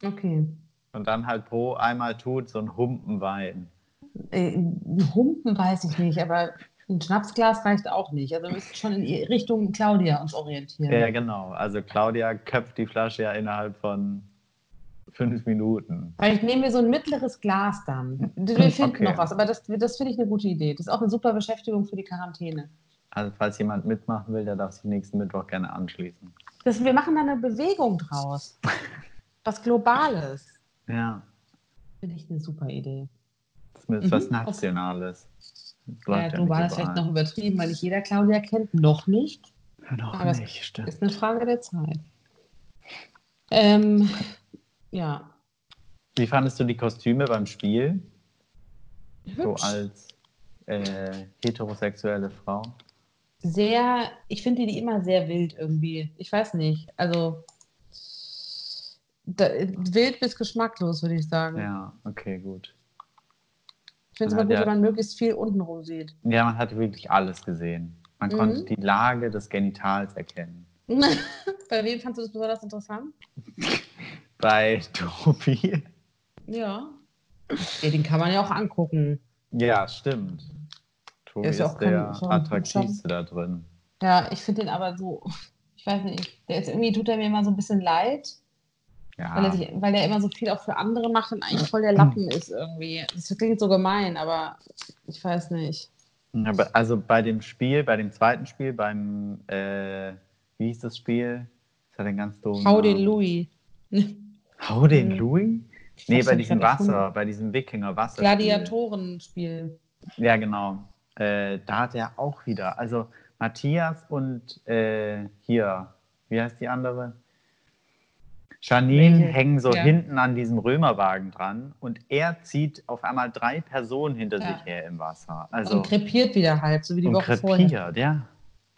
Speaker 2: Okay.
Speaker 3: Und dann halt pro einmal tut so ein Humpenwein.
Speaker 2: Äh, einen Humpen weiß ich nicht, aber ein Schnapsglas reicht auch nicht. Also wir müssen schon in die Richtung Claudia uns orientieren.
Speaker 3: Ja. ja, genau. Also Claudia köpft die Flasche ja innerhalb von fünf Minuten.
Speaker 2: Vielleicht nehmen wir so ein mittleres Glas dann. Wir finden
Speaker 3: Okay.
Speaker 2: noch was, aber das, das finde ich eine gute Idee. Das ist auch eine super Beschäftigung für die Quarantäne.
Speaker 3: Also falls jemand mitmachen will, der darf sich nächsten Mittwoch gerne anschließen.
Speaker 2: Das, wir machen da eine Bewegung draus. Was Globales.
Speaker 3: Ja,
Speaker 2: Finde ich eine super Idee.
Speaker 3: zumindest was Nationales. Das
Speaker 2: Mhm. Ja,
Speaker 3: läuft
Speaker 2: global ist
Speaker 3: nicht
Speaker 2: vielleicht
Speaker 3: überall.
Speaker 2: noch übertrieben, weil nicht jeder Claudia kennt. Noch nicht.
Speaker 3: Noch
Speaker 2: Aber es
Speaker 3: nicht, stimmt.
Speaker 2: Ist eine Frage der Zeit. Ähm, ja.
Speaker 3: Wie fandest du die Kostüme beim Spiel? So
Speaker 2: Hübsch.
Speaker 3: als äh, heterosexuelle Frau?
Speaker 2: sehr, ich finde die immer sehr wild irgendwie. Ich weiß nicht. Also da, wild bis geschmacklos, würde ich sagen.
Speaker 3: Ja, okay, gut.
Speaker 2: Ich finde es
Speaker 3: Ja,
Speaker 2: immer gut,
Speaker 3: der-
Speaker 2: wenn man möglichst viel untenrum sieht.
Speaker 3: Ja, man hat wirklich alles gesehen. Man
Speaker 2: Mhm.
Speaker 3: konnte die Lage des Genitals erkennen.
Speaker 2: Bei wem fandst du das besonders interessant?
Speaker 3: Bei Tobi.
Speaker 2: Ja. ja. Den kann man ja auch angucken.
Speaker 3: Ja, stimmt. Tobi
Speaker 2: Ist
Speaker 3: ist,
Speaker 2: ja auch kein-
Speaker 3: der
Speaker 2: ist ja auch ein
Speaker 3: attraktivste da drin.
Speaker 2: Ja, ich finde den aber so, ich weiß nicht, der ist irgendwie tut er mir immer so ein bisschen leid, weil,
Speaker 3: Ja,
Speaker 2: er sich, weil er immer so viel auch für andere macht und eigentlich
Speaker 3: Hm.
Speaker 2: voll der Lappen ist irgendwie. Das klingt so gemein, aber ich weiß nicht.
Speaker 3: aber also bei dem Spiel, bei dem zweiten Spiel, beim, äh, wie hieß das Spiel? Das hat den ganz doofen
Speaker 2: Hau den
Speaker 3: Namen.
Speaker 2: Louis.
Speaker 3: Hau den
Speaker 2: Mhm.
Speaker 3: Louis? Nee,
Speaker 2: hab's
Speaker 3: bei
Speaker 2: schon
Speaker 3: diesem
Speaker 2: gerade
Speaker 3: Wasser, bei diesem Wikinger Wasser.
Speaker 2: Gladiatorenspiel.
Speaker 3: Ja, genau. Äh, da hat er auch wieder. Also Matthias und äh, hier, wie heißt die andere? Janine
Speaker 2: Welche?
Speaker 3: hängen so
Speaker 2: Ja.
Speaker 3: hinten an diesem Römerwagen dran und er zieht auf einmal drei Personen hinter
Speaker 2: Ja.
Speaker 3: sich her im Wasser. Also
Speaker 2: Und krepiert wieder halb, so wie die
Speaker 3: und
Speaker 2: Woche vorher.
Speaker 3: krepiert, ja.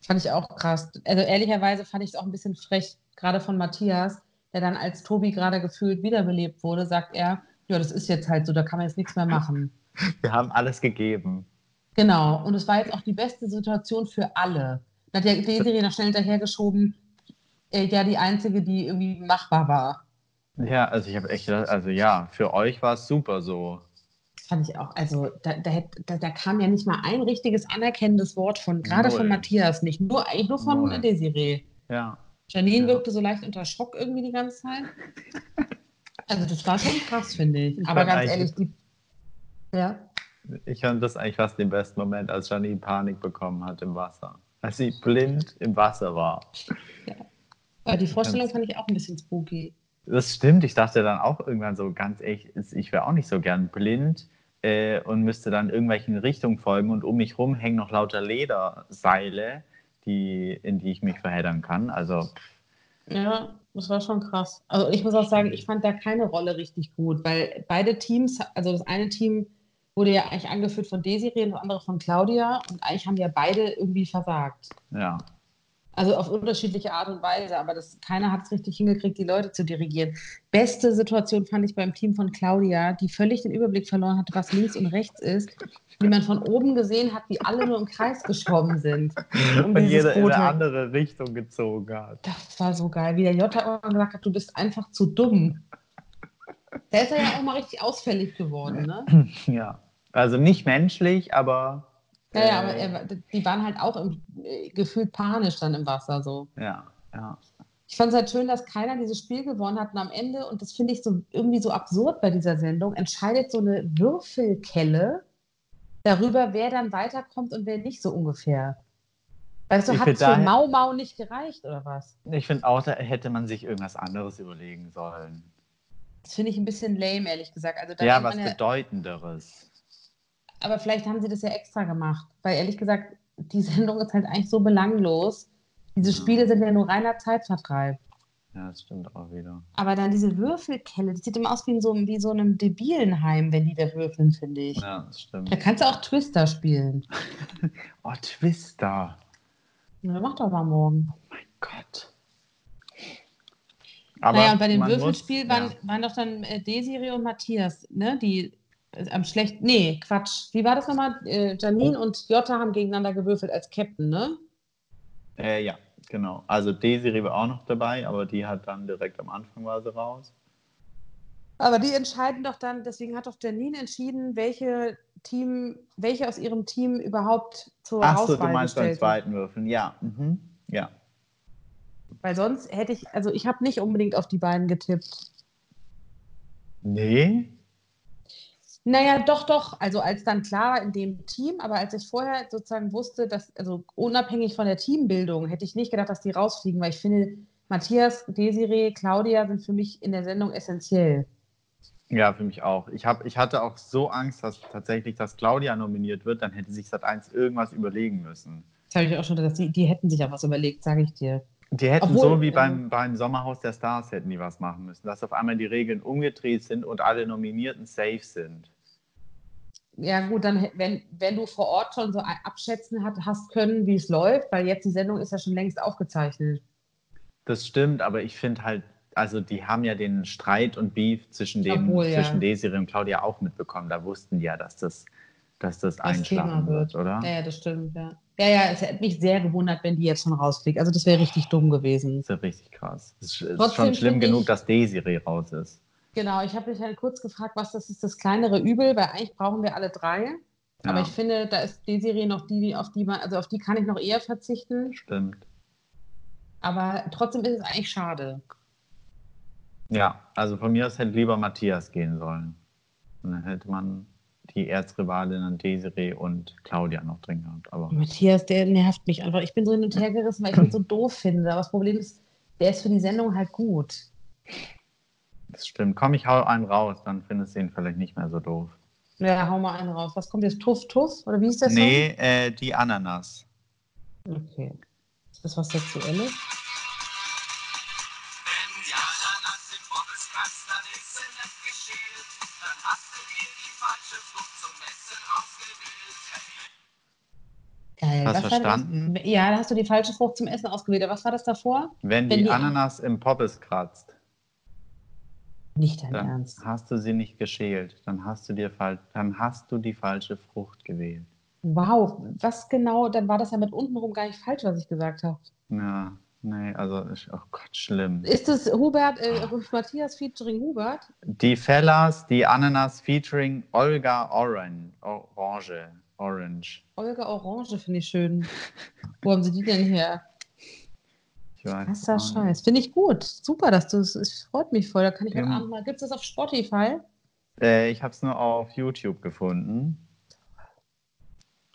Speaker 2: Fand ich auch krass. Also ehrlicherweise fand ich es auch ein bisschen frech, gerade von Matthias, der dann als Tobi gerade gefühlt wiederbelebt wurde, sagt er, ja, das ist jetzt halt so, da kann man jetzt nichts mehr machen.
Speaker 3: Wir haben alles gegeben.
Speaker 2: Genau. Und es war jetzt auch die beste Situation für alle. Da hat ja Desiree noch schnell hinterhergeschoben, äh, ja, die einzige, die irgendwie machbar war.
Speaker 3: Ja, also ich habe echt gedacht, also ja, für euch war es super so.
Speaker 2: Das Fand ich auch. Also da, da, hätt- da, da kam ja nicht mal ein richtiges anerkennendes Wort von, gerade von
Speaker 3: Null.
Speaker 2: Matthias nicht. Nur, eigentlich nur von
Speaker 3: Null.
Speaker 2: Desiree.
Speaker 3: Ja.
Speaker 2: Janine
Speaker 3: Ja.
Speaker 2: wirkte so leicht unter Schock irgendwie die ganze Zeit. Also das war schon krass, finde ich.
Speaker 3: Ich
Speaker 2: Aber
Speaker 3: fand
Speaker 2: ganz
Speaker 3: eigentlich-
Speaker 2: ehrlich, die... Ja.
Speaker 3: Ich fand das eigentlich fast den besten Moment, als Janine Panik bekommen hat im Wasser. Als sie blind im Wasser war.
Speaker 2: Aber die Vorstellung fand ich auch ein bisschen spooky.
Speaker 3: Das stimmt. Ich dachte dann auch irgendwann so ganz echt, ich wäre auch nicht so gern blind äh, und müsste dann irgendwelchen Richtungen folgen und um mich rum hängen noch lauter Lederseile, die, in die ich mich verheddern kann. Also
Speaker 2: Ja, das war schon krass. Also ich muss auch sagen, ich fand da keine Rolle richtig gut, weil beide Teams, also das eine Team wurde ja eigentlich angeführt von Desiree und das andere von Claudia und eigentlich haben ja beide irgendwie versagt.
Speaker 3: ja,
Speaker 2: Also auf unterschiedliche Art und Weise, aber das, keiner hat es richtig hingekriegt, die Leute zu dirigieren. Beste Situation fand ich beim Team von Claudia, die völlig den Überblick verloren hatte, was links und rechts ist, wie man von oben gesehen hat, wie alle nur im Kreis geschwommen sind. Um
Speaker 3: und
Speaker 2: dieses
Speaker 3: jeder in
Speaker 2: Boot
Speaker 3: eine
Speaker 2: her.
Speaker 3: andere Richtung gezogen hat.
Speaker 2: Das war so geil, wie der Jota immer gesagt hat, du bist einfach zu dumm. Der ist ja auch mal richtig ausfällig geworden, ne?
Speaker 3: Ja, also nicht menschlich, aber äh,
Speaker 2: Naja, aber er, die waren halt auch im, äh, gefühlt panisch dann im Wasser so.
Speaker 3: ja, ja.
Speaker 2: Ich fand es halt schön, dass keiner dieses Spiel gewonnen hat und am Ende, und das finde ich so irgendwie so absurd bei dieser Sendung, entscheidet so eine Würfelkelle darüber, wer dann weiterkommt und wer nicht so ungefähr. Weißt du,
Speaker 3: Ich
Speaker 2: hat
Speaker 3: bin
Speaker 2: es für
Speaker 3: daher-
Speaker 2: Mau Mau nicht gereicht oder was?
Speaker 3: Ich finde auch, da hätte man sich irgendwas anderes überlegen sollen.
Speaker 2: Das finde ich ein bisschen lame, ehrlich gesagt. Also da
Speaker 3: Ja,
Speaker 2: hätte
Speaker 3: was
Speaker 2: man
Speaker 3: Bedeutenderes.
Speaker 2: aber vielleicht haben sie das ja extra gemacht, weil ehrlich gesagt, die Sendung ist halt eigentlich so belanglos. Diese Spiele sind ja nur reiner Zeitvertreib.
Speaker 3: Ja, das stimmt auch wieder.
Speaker 2: Aber dann diese Würfelkelle, das sieht immer aus wie in so, einem- wie so einem Debilenheim, wenn die da würfeln, finde ich.
Speaker 3: Ja, das
Speaker 2: Da
Speaker 3: stimmt.
Speaker 2: kannst du auch Twister spielen.
Speaker 3: Oh, Twister.
Speaker 2: Na, mach doch mal morgen.
Speaker 3: Gott.
Speaker 2: naja, und bei dem
Speaker 3: man
Speaker 2: Würfelspiel
Speaker 3: muss-
Speaker 2: waren,
Speaker 3: ja.
Speaker 2: waren doch dann äh, Desiree und Matthias, ne? Die äh, am schlecht. Nee, Quatsch. Wie war das nochmal? Äh, Janine
Speaker 3: Oh.
Speaker 2: und Jotta haben gegeneinander gewürfelt als Captain, ne?
Speaker 3: Äh, ja, genau. Also Desiree war auch noch dabei, aber die hat dann direkt am Anfang war sie raus.
Speaker 2: Aber die entscheiden doch dann, deswegen hat doch Janine entschieden, welche Team, welche aus ihrem Team überhaupt zur
Speaker 3: Ach so,
Speaker 2: Auswahl
Speaker 3: du meinst beim
Speaker 2: gestellt wird.
Speaker 3: zweiten Würfeln. Ja, mhm. ja.
Speaker 2: Weil sonst hätte ich, also ich habe nicht unbedingt auf die beiden getippt.
Speaker 3: Nee?
Speaker 2: Naja, doch, doch. Also als dann klar war in dem Team, aber als ich vorher sozusagen wusste, dass, also unabhängig von der Teambildung, hätte ich nicht gedacht, dass die rausfliegen, weil ich finde, Matthias, Desiree, Claudia sind für mich in der Sendung essentiell.
Speaker 3: Ja, für mich auch. Ich, hab, ich hatte auch so Angst, dass tatsächlich, dass Claudia nominiert wird, dann hätte sich Sat1 irgendwas überlegen müssen.
Speaker 2: Das habe ich auch schon gedacht, die, die hätten sich auch was überlegt, sage ich dir.
Speaker 3: Die hätten
Speaker 2: Obwohl,
Speaker 3: so wie
Speaker 2: ähm,
Speaker 3: beim, beim Sommerhaus der Stars hätten die was machen müssen, dass auf einmal die Regeln umgedreht sind und alle Nominierten safe sind.
Speaker 2: Ja, gut, dann, hä- wenn, wenn du vor Ort schon so ein- abschätzen hat, hast können, wie es läuft, weil jetzt die Sendung ist ja schon längst aufgezeichnet.
Speaker 3: Das stimmt, aber ich finde halt, also die haben ja den Streit und Beef zwischen, dem,
Speaker 2: Obwohl, ja.
Speaker 3: zwischen Desiree und Claudia auch mitbekommen. Da wussten die ja, dass das, dass das, einschlagen
Speaker 2: Thema
Speaker 3: wird, oder?
Speaker 2: Ja, ja, das stimmt, ja. Ja, ja, es hätte mich sehr gewundert, wenn die jetzt schon rausfliegt. Also, das wäre richtig dumm gewesen.
Speaker 3: Das ist ja richtig krass. Es ist, ist
Speaker 2: Trotzdem
Speaker 3: schon schlimm
Speaker 2: finde
Speaker 3: genug,
Speaker 2: ich-
Speaker 3: dass Desiree raus ist.
Speaker 2: Genau, ich habe mich halt kurz gefragt, was das ist, das kleinere Übel, weil eigentlich brauchen wir alle drei. Aber
Speaker 3: Ja,
Speaker 2: ich finde, da ist Desiree noch die, die- auf die man, also auf die kann ich noch eher verzichten.
Speaker 3: stimmt.
Speaker 2: Aber trotzdem ist es eigentlich schade.
Speaker 3: Ja, also von mir aus hätte lieber Matthias gehen sollen. Und dann hätte man die Erzrivalinnen Desiree und Claudia noch drin gehabt. Aber
Speaker 2: Oh, Mhm. Matthias, der nervt mich einfach. Ich bin so hin und her gerissen, weil ich ihn so doof finde. Aber das Problem ist, der ist für die Sendung halt gut.
Speaker 3: das stimmt. Komm, ich hau einen raus, dann findest du ihn vielleicht nicht mehr so doof.
Speaker 2: Ja, hau mal einen raus. Was kommt jetzt? Tuff, Tuff? Oder wie ist das?
Speaker 3: Nee, äh, die Ananas.
Speaker 2: Okay. Ist das was Sexuelles?
Speaker 4: Wenn die Ananas im Bobbes passt, dann ist sie nicht geschält. Dann hast du dir die falsche Frucht zum Essen ausgewählt.
Speaker 2: Geil. Was
Speaker 3: Hast
Speaker 2: war das?
Speaker 3: verstanden?
Speaker 2: Ja, da hast du die falsche Frucht zum Essen ausgewählt. Aber Was war das davor?
Speaker 3: Wenn,
Speaker 2: Wenn
Speaker 3: die,
Speaker 2: die-
Speaker 3: Ananas im Poppes kratzt,
Speaker 2: Nicht dein
Speaker 3: dann
Speaker 2: Ernst.
Speaker 3: hast du sie nicht geschält. Dann hast du dir fal dann hast du die falsche Frucht gewählt.
Speaker 2: Wow, was genau? Dann war das ja mit untenrum gar nicht falsch, was ich gesagt habe.
Speaker 3: Ja, nee, also ist, oh Gott, schlimm.
Speaker 2: Ist es Hubert, äh, Matthias featuring Hubert?
Speaker 3: Die Fellas, die Ananas featuring Olga Oran Orange. Orange.
Speaker 2: Olga Orange finde ich schön. Wo haben sie die denn her?
Speaker 3: Ich weiß
Speaker 2: Krasser
Speaker 3: auch
Speaker 2: Scheiß. Finde ich gut. Super, dass du es. Es freut mich voll. Da kann ich heute
Speaker 3: Ja.
Speaker 2: Abend mal. Gibt es das auf Spotify?
Speaker 3: nicht. Äh, ich habe es nur auf YouTube gefunden.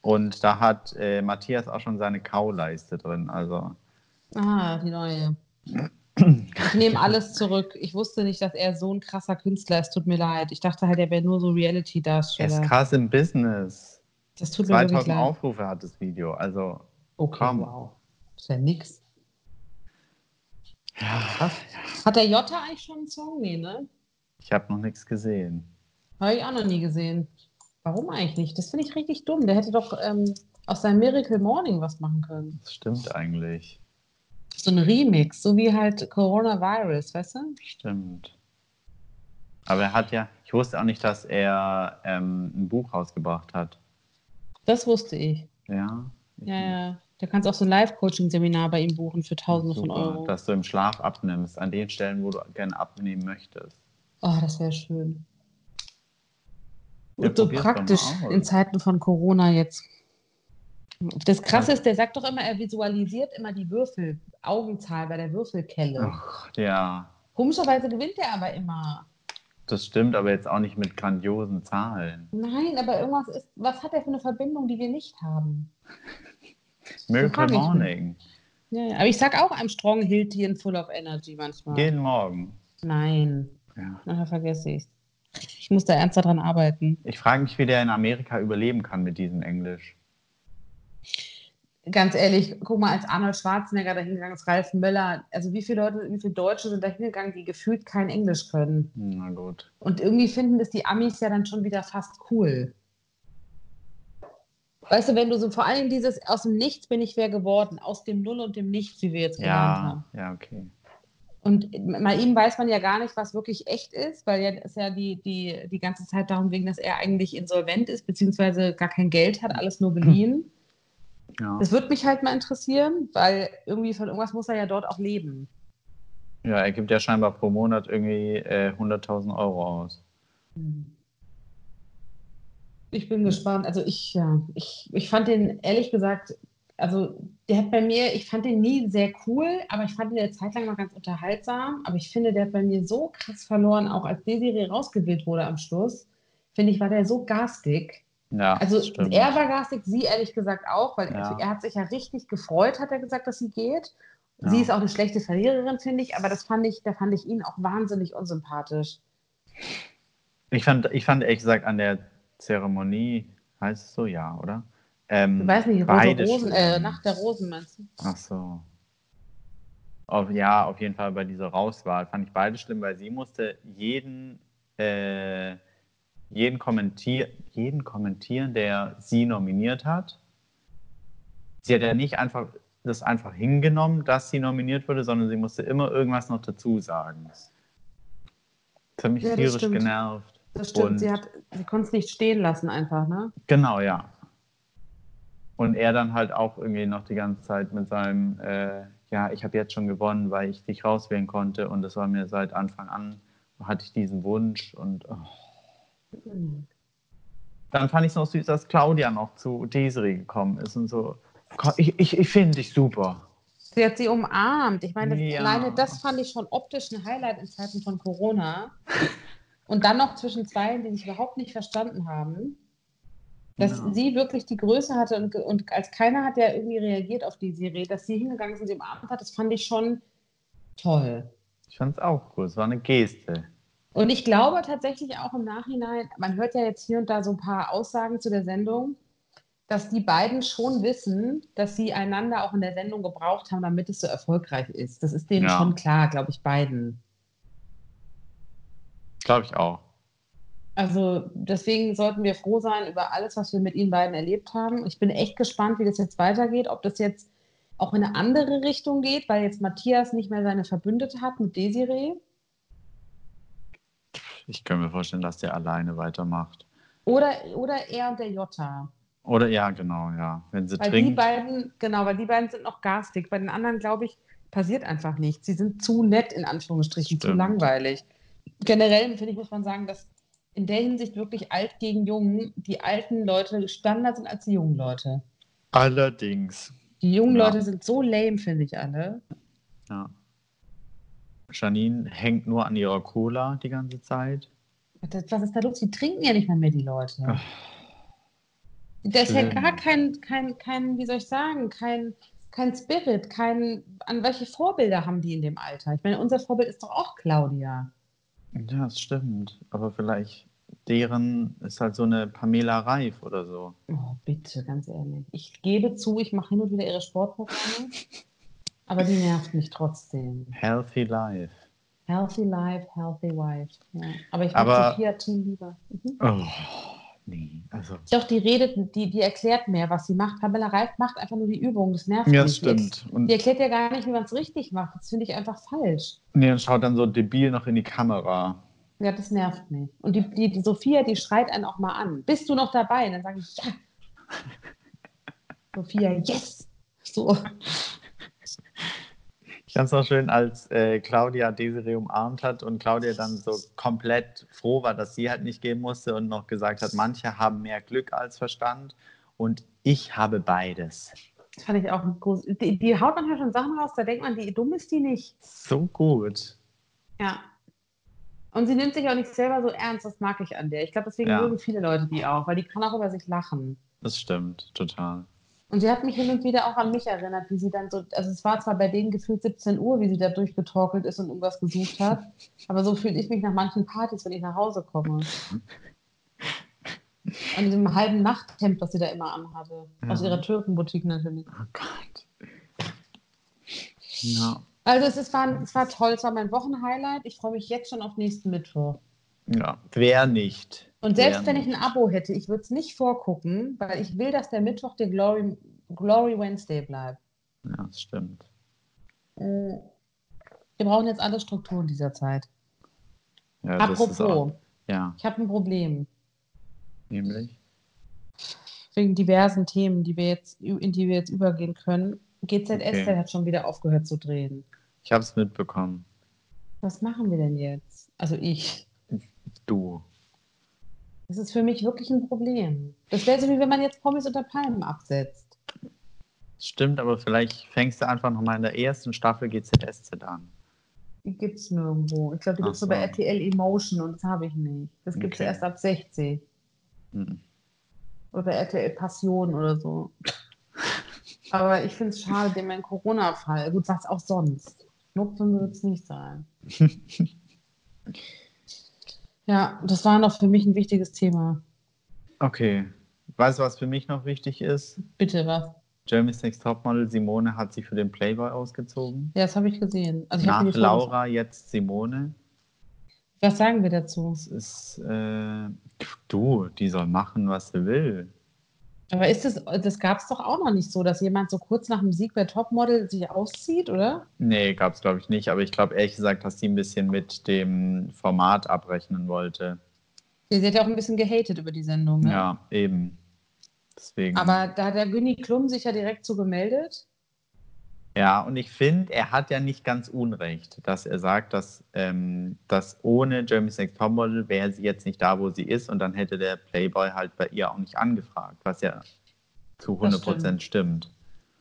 Speaker 3: Und da hat äh, Matthias auch schon seine Kauleiste drin. Also
Speaker 2: Ah, die neue. Ich nehme alles zurück. Ich wusste nicht, dass er so ein krasser Künstler ist. Tut mir leid. Ich dachte halt, er wäre nur so
Speaker 3: er ist
Speaker 2: Reality-Darsteller.
Speaker 3: krass im Business.
Speaker 2: Das tut mir wirklich
Speaker 3: 2000
Speaker 2: leid.
Speaker 3: Aufrufe hat das Video. Also
Speaker 2: Okay,
Speaker 3: Komm.
Speaker 2: wow. Das ist ja nix.
Speaker 3: Ja,
Speaker 2: Hat der Jotta eigentlich schon einen Song? Nee, ne?
Speaker 3: ich habe noch nichts gesehen.
Speaker 2: Habe ich auch noch nie gesehen. Warum eigentlich nicht? Das finde ich richtig dumm. Der hätte doch ähm, aus seinem Miracle Morning was machen können.
Speaker 3: Das stimmt eigentlich.
Speaker 2: So ein Remix, so wie halt Coronavirus, weißt du?
Speaker 3: Stimmt. Aber er hat ja, ich wusste auch nicht, dass er ähm, ein Buch rausgebracht hat.
Speaker 2: Das wusste ich.
Speaker 3: Ja.
Speaker 2: Ja, ja. Da kannst du auch so ein Live-Coaching-Seminar bei ihm buchen für Tausende von
Speaker 3: Super,
Speaker 2: Euro.
Speaker 3: Dass du im Schlaf abnimmst, an den Stellen, wo du gerne abnehmen möchtest.
Speaker 2: Oh, das wäre schön.
Speaker 3: Ja,
Speaker 2: Und so
Speaker 3: probier's doch mal
Speaker 2: praktisch
Speaker 3: aus.
Speaker 2: in Zeiten von Corona jetzt. Das Krasse ist, der sagt doch immer, er visualisiert immer die Würfel, Augenzahl bei der Würfelkelle.
Speaker 3: Ach, ja,
Speaker 2: Komischerweise gewinnt er aber immer.
Speaker 3: das stimmt, aber jetzt auch nicht mit grandiosen Zahlen.
Speaker 2: Nein, aber irgendwas ist, was hat er für eine Verbindung, die wir nicht haben?
Speaker 3: Miracle
Speaker 2: frag ich mich.
Speaker 3: Morning.
Speaker 2: Ja, ja. Aber ich sag auch, I'm strong, healthy and full of energy manchmal.
Speaker 3: Jeden Morgen.
Speaker 2: Nein,
Speaker 3: Ja.
Speaker 2: nachher vergesse ich Ich muss da ernster dran arbeiten.
Speaker 3: Ich frage mich, wie der in Amerika überleben kann mit diesem Englisch.
Speaker 2: Ganz ehrlich, guck mal, als Arnold Schwarzenegger da hingegangen ist, Ralf Möller, also wie viele Leute, wie viele Deutsche sind da hingegangen, die gefühlt kein Englisch können?
Speaker 3: Na gut.
Speaker 2: Und irgendwie finden das die Amis ja dann schon wieder fast cool. Weißt du, wenn du so vor allem dieses aus dem Nichts bin ich wer geworden, aus dem Null und dem Nichts, wie wir jetzt gelernt haben.
Speaker 3: Ja, ja, okay.
Speaker 2: Und bei ihm weiß man ja gar nicht, was wirklich echt ist, weil ja ist ja die, die, die ganze Zeit darum ging, dass er eigentlich insolvent ist, beziehungsweise gar kein Geld hat, alles nur geliehen.
Speaker 3: Ja.
Speaker 2: Das würde mich halt mal interessieren, weil irgendwie von irgendwas muss er ja dort auch leben.
Speaker 3: ja, er gibt ja scheinbar pro Monat irgendwie äh, 100.000 Euro aus.
Speaker 2: Ich bin gespannt. Also ich, ja, ich, ich fand den ehrlich gesagt, also der hat bei mir, ich fand den nie sehr cool, aber ich fand ihn der Zeit lang mal ganz unterhaltsam. Aber ich finde, der hat bei mir so krass verloren, auch als Desiree rausgewählt wurde am Schluss. Finde ich, war der so garstig.
Speaker 3: Ja,
Speaker 2: Also
Speaker 3: stimmt.
Speaker 2: er war garstig, sie ehrlich gesagt auch, weil
Speaker 3: Ja.
Speaker 2: er hat sich ja richtig gefreut, hat er gesagt, dass sie geht.
Speaker 3: Ja.
Speaker 2: Sie ist auch eine schlechte Verliererin, finde ich, aber das fand ich, da fand ich ihn auch wahnsinnig unsympathisch.
Speaker 3: Ich fand, ich fand ehrlich gesagt an der Zeremonie, heißt es so, ja, oder? Ähm,
Speaker 2: Ich weiß nicht, Rose
Speaker 3: beide
Speaker 2: Rosen, äh,
Speaker 3: schlimm.
Speaker 2: Nacht der Rosen meinst du?
Speaker 3: Ach so. Auf, ja, auf jeden Fall bei dieser Rauswahl fand ich beide schlimm, weil sie musste jeden, äh, jeden, kommentier jeden kommentieren, der sie nominiert hat. Sie hat ja nicht einfach das einfach hingenommen, dass sie nominiert wurde, sondern sie musste immer irgendwas noch dazu sagen. Das hat mich
Speaker 2: Ja, das
Speaker 3: tierisch
Speaker 2: stimmt.
Speaker 3: genervt.
Speaker 2: Das stimmt,
Speaker 3: Und-
Speaker 2: sie, hat- sie konnte es nicht stehen lassen einfach, ne?
Speaker 3: Genau, ja. Und er dann halt auch irgendwie noch die ganze Zeit mit seinem, äh, ja, ich habe jetzt schon gewonnen, weil ich dich rauswählen konnte und das war mir seit Anfang an, hatte ich diesen Wunsch und oh. dann fand ich es noch süß, dass Claudia noch zu Desiree gekommen ist und so, ich, ich, ich finde dich super.
Speaker 2: Sie hat sie umarmt. Ich meine, das,
Speaker 3: Ja.
Speaker 2: alleine das fand ich schon optisch ein Highlight in Zeiten von Corona. Und dann noch zwischen zwei, die sich überhaupt nicht verstanden haben. Dass
Speaker 3: Ja.
Speaker 2: sie wirklich die Größe hatte und, ge- und als keiner hat ja irgendwie reagiert auf die Serie, dass sie hingegangen ist und sie umarmt hat, das fand ich schon toll.
Speaker 3: Ich fand es auch cool, es war eine Geste.
Speaker 2: Und ich glaube tatsächlich auch im Nachhinein, man hört ja jetzt hier und da so ein paar Aussagen zu der Sendung, dass die beiden schon wissen, dass sie einander auch in der Sendung gebraucht haben, damit es so erfolgreich ist. Das ist denen
Speaker 3: Ja.
Speaker 2: schon klar, glaube ich, beiden.
Speaker 3: Glaube ich auch.
Speaker 2: Also deswegen sollten wir froh sein über alles, was wir mit ihnen beiden erlebt haben. Ich bin echt gespannt, wie das jetzt weitergeht, ob das jetzt auch in eine andere Richtung geht, weil jetzt Matthias nicht mehr seine Verbündete hat mit Desiree.
Speaker 3: Ich kann mir vorstellen, dass der alleine weitermacht.
Speaker 2: Oder, oder er und der Jota.
Speaker 3: Oder ja, genau, ja. Wenn sie
Speaker 2: Weil die
Speaker 3: trinkt.
Speaker 2: beiden, genau, weil die beiden sind noch garstig. Bei den anderen, glaube ich, passiert einfach nichts. Sie sind zu nett, in Anführungsstrichen, zu
Speaker 3: Stimmt.
Speaker 2: langweilig. Generell, finde ich, muss man sagen, dass in der Hinsicht wirklich alt gegen jung die alten Leute spannender sind als die jungen Leute.
Speaker 3: Allerdings.
Speaker 2: Die jungen
Speaker 3: Ja.
Speaker 2: Leute sind so lame, finde ich alle.
Speaker 3: Ja. Janine hängt nur an ihrer Cola die ganze Zeit.
Speaker 2: Das, was ist da los? Die trinken ja nicht mal mehr, die Leute.
Speaker 3: Ach.
Speaker 2: da ist ja
Speaker 3: Schlimm.
Speaker 2: gar kein, kein, kein, wie soll ich sagen, kein, kein Spirit, kein, an welche Vorbilder haben die in dem Alter? Ich meine, unser Vorbild ist doch auch Claudia.
Speaker 3: Ja, das stimmt. Aber vielleicht deren ist halt so eine Pamela Reif oder so.
Speaker 2: Oh, bitte, ganz ehrlich. Ich gebe zu, ich mache hin und wieder ihre Sportprogramme, aber die nervt mich trotzdem.
Speaker 3: Healthy Life.
Speaker 2: Healthy Life, Healthy Wife. Ja. Aber ich
Speaker 3: Aber-
Speaker 2: mag Sophia Team lieber. Mhm.
Speaker 3: Oh, nee. Also,
Speaker 2: Doch, die redet, die, die erklärt mehr, was sie macht. Pamela Reif macht einfach nur die Übung, das nervt
Speaker 3: ja,
Speaker 2: mich.
Speaker 3: stimmt.
Speaker 2: Die,
Speaker 3: Und
Speaker 2: die erklärt ja gar nicht, wie man es richtig macht. Das finde ich einfach falsch.
Speaker 3: nee, und schaut dann so debil noch in die Kamera.
Speaker 2: Ja, das nervt mich. Und die, die, die Sophia, die schreit einen auch mal an. Bist du noch dabei? Und dann sage ich, ja. Sophia, yes. So.
Speaker 3: Ich fand es noch schön, als äh, Claudia Desiree umarmt hat und Claudia dann so komplett froh war, dass sie halt nicht gehen musste und noch gesagt hat, manche haben mehr Glück als Verstand und ich habe beides.
Speaker 2: Das fand ich auch ein groß. Die, die haut manchmal schon Sachen raus, da denkt man, die dumm ist die nicht.
Speaker 3: So gut.
Speaker 2: Ja. Und sie nimmt sich auch nicht selber so ernst, das mag ich an der. Ich glaube, deswegen
Speaker 3: Ja.
Speaker 2: mögen viele Leute die auch, weil die kann auch über sich lachen.
Speaker 3: Das stimmt, total.
Speaker 2: Und sie hat mich hin und wieder auch an mich erinnert, wie sie dann so, also es war zwar bei denen gefühlt 17 Uhr, wie sie da durchgetorkelt ist und irgendwas gesucht hat, aber so fühle ich mich nach manchen Partys, wenn ich nach Hause komme. An diesem halben Nachthemd, das sie da immer anhatte. Aus
Speaker 3: Ja.
Speaker 2: ihrer Türkenboutique natürlich.
Speaker 3: Oh Gott. Ja.
Speaker 2: Also es, ist, war, es war toll, es war mein Wochenhighlight. Ich freue mich jetzt schon auf nächsten Mittwoch.
Speaker 3: ja. Wer nicht?
Speaker 2: Und selbst
Speaker 3: Wer
Speaker 2: wenn ich ein
Speaker 3: nicht?
Speaker 2: Abo hätte, ich würde es nicht vorgucken, weil ich will, dass der Mittwoch der Glory, Glory Wednesday bleibt.
Speaker 3: Ja, das stimmt.
Speaker 2: Wir brauchen jetzt alle Strukturen dieser Zeit.
Speaker 3: Ja, Das ist
Speaker 2: Apropos,
Speaker 3: auch, ja,
Speaker 2: ich habe ein Problem
Speaker 3: nämlich.
Speaker 2: wegen diversen Themen, die wir jetzt, in die wir jetzt übergehen können. GZSZ
Speaker 3: Okay.
Speaker 2: hat schon wieder aufgehört zu drehen.
Speaker 3: Ich habe es mitbekommen.
Speaker 2: Was machen wir denn jetzt? Also ich.
Speaker 3: Du.
Speaker 2: Das ist für mich wirklich ein Problem. Das wäre so, wie wenn man jetzt Promis unter Palmen absetzt.
Speaker 3: Stimmt, aber vielleicht fängst du einfach nochmal in der ersten Staffel GZSZ an.
Speaker 2: Die gibt es nirgendwo. Ich glaube, die
Speaker 3: Ach
Speaker 2: gibt es so. bei
Speaker 3: so.
Speaker 2: RTL Emotion und das habe ich nicht. Das gibt es
Speaker 3: Okay.
Speaker 2: erst ab 60.
Speaker 3: Hm.
Speaker 2: Oder RTL Passion oder so. Aber ich finde es schade, dem ein Corona-Fall. Gut, was auch sonst. Schnupfen wird es nicht sein. ja, das war noch für mich ein wichtiges Thema.
Speaker 3: Okay. Weißt du, was für mich noch wichtig ist?
Speaker 2: Bitte was?
Speaker 3: Jeremy's Next Topmodel, Simone hat sich für den Playboy ausgezogen.
Speaker 2: Ja, das habe ich gesehen. Also ich hab mir
Speaker 3: Nach
Speaker 2: die Fotos-
Speaker 3: Laura jetzt Simone.
Speaker 2: Was sagen wir dazu?
Speaker 3: Es ist, äh, du, die soll machen, was sie will.
Speaker 2: Aber ist das, das gab es doch auch noch nicht so, dass jemand so kurz nach dem Sieg bei Topmodel sich auszieht, oder?
Speaker 3: Nee, gab es, glaube ich, nicht. Aber ich glaube, ehrlich gesagt, dass die ein bisschen mit dem Format abrechnen wollte.
Speaker 2: Ihr seid ja auch ein bisschen gehatet über die Sendung, ne?
Speaker 3: Ja, eben. Deswegen.
Speaker 2: Aber da hat der Günni Klum sich ja direkt zu gemeldet.
Speaker 3: ja, und ich finde, er hat ja nicht ganz Unrecht, dass er sagt, dass, ähm, dass ohne Jeremy's Next Topmodel wäre sie jetzt nicht da, wo sie ist. Und dann hätte der Playboy halt bei ihr auch nicht angefragt, was ja zu
Speaker 2: Das
Speaker 3: 100 Prozent stimmt.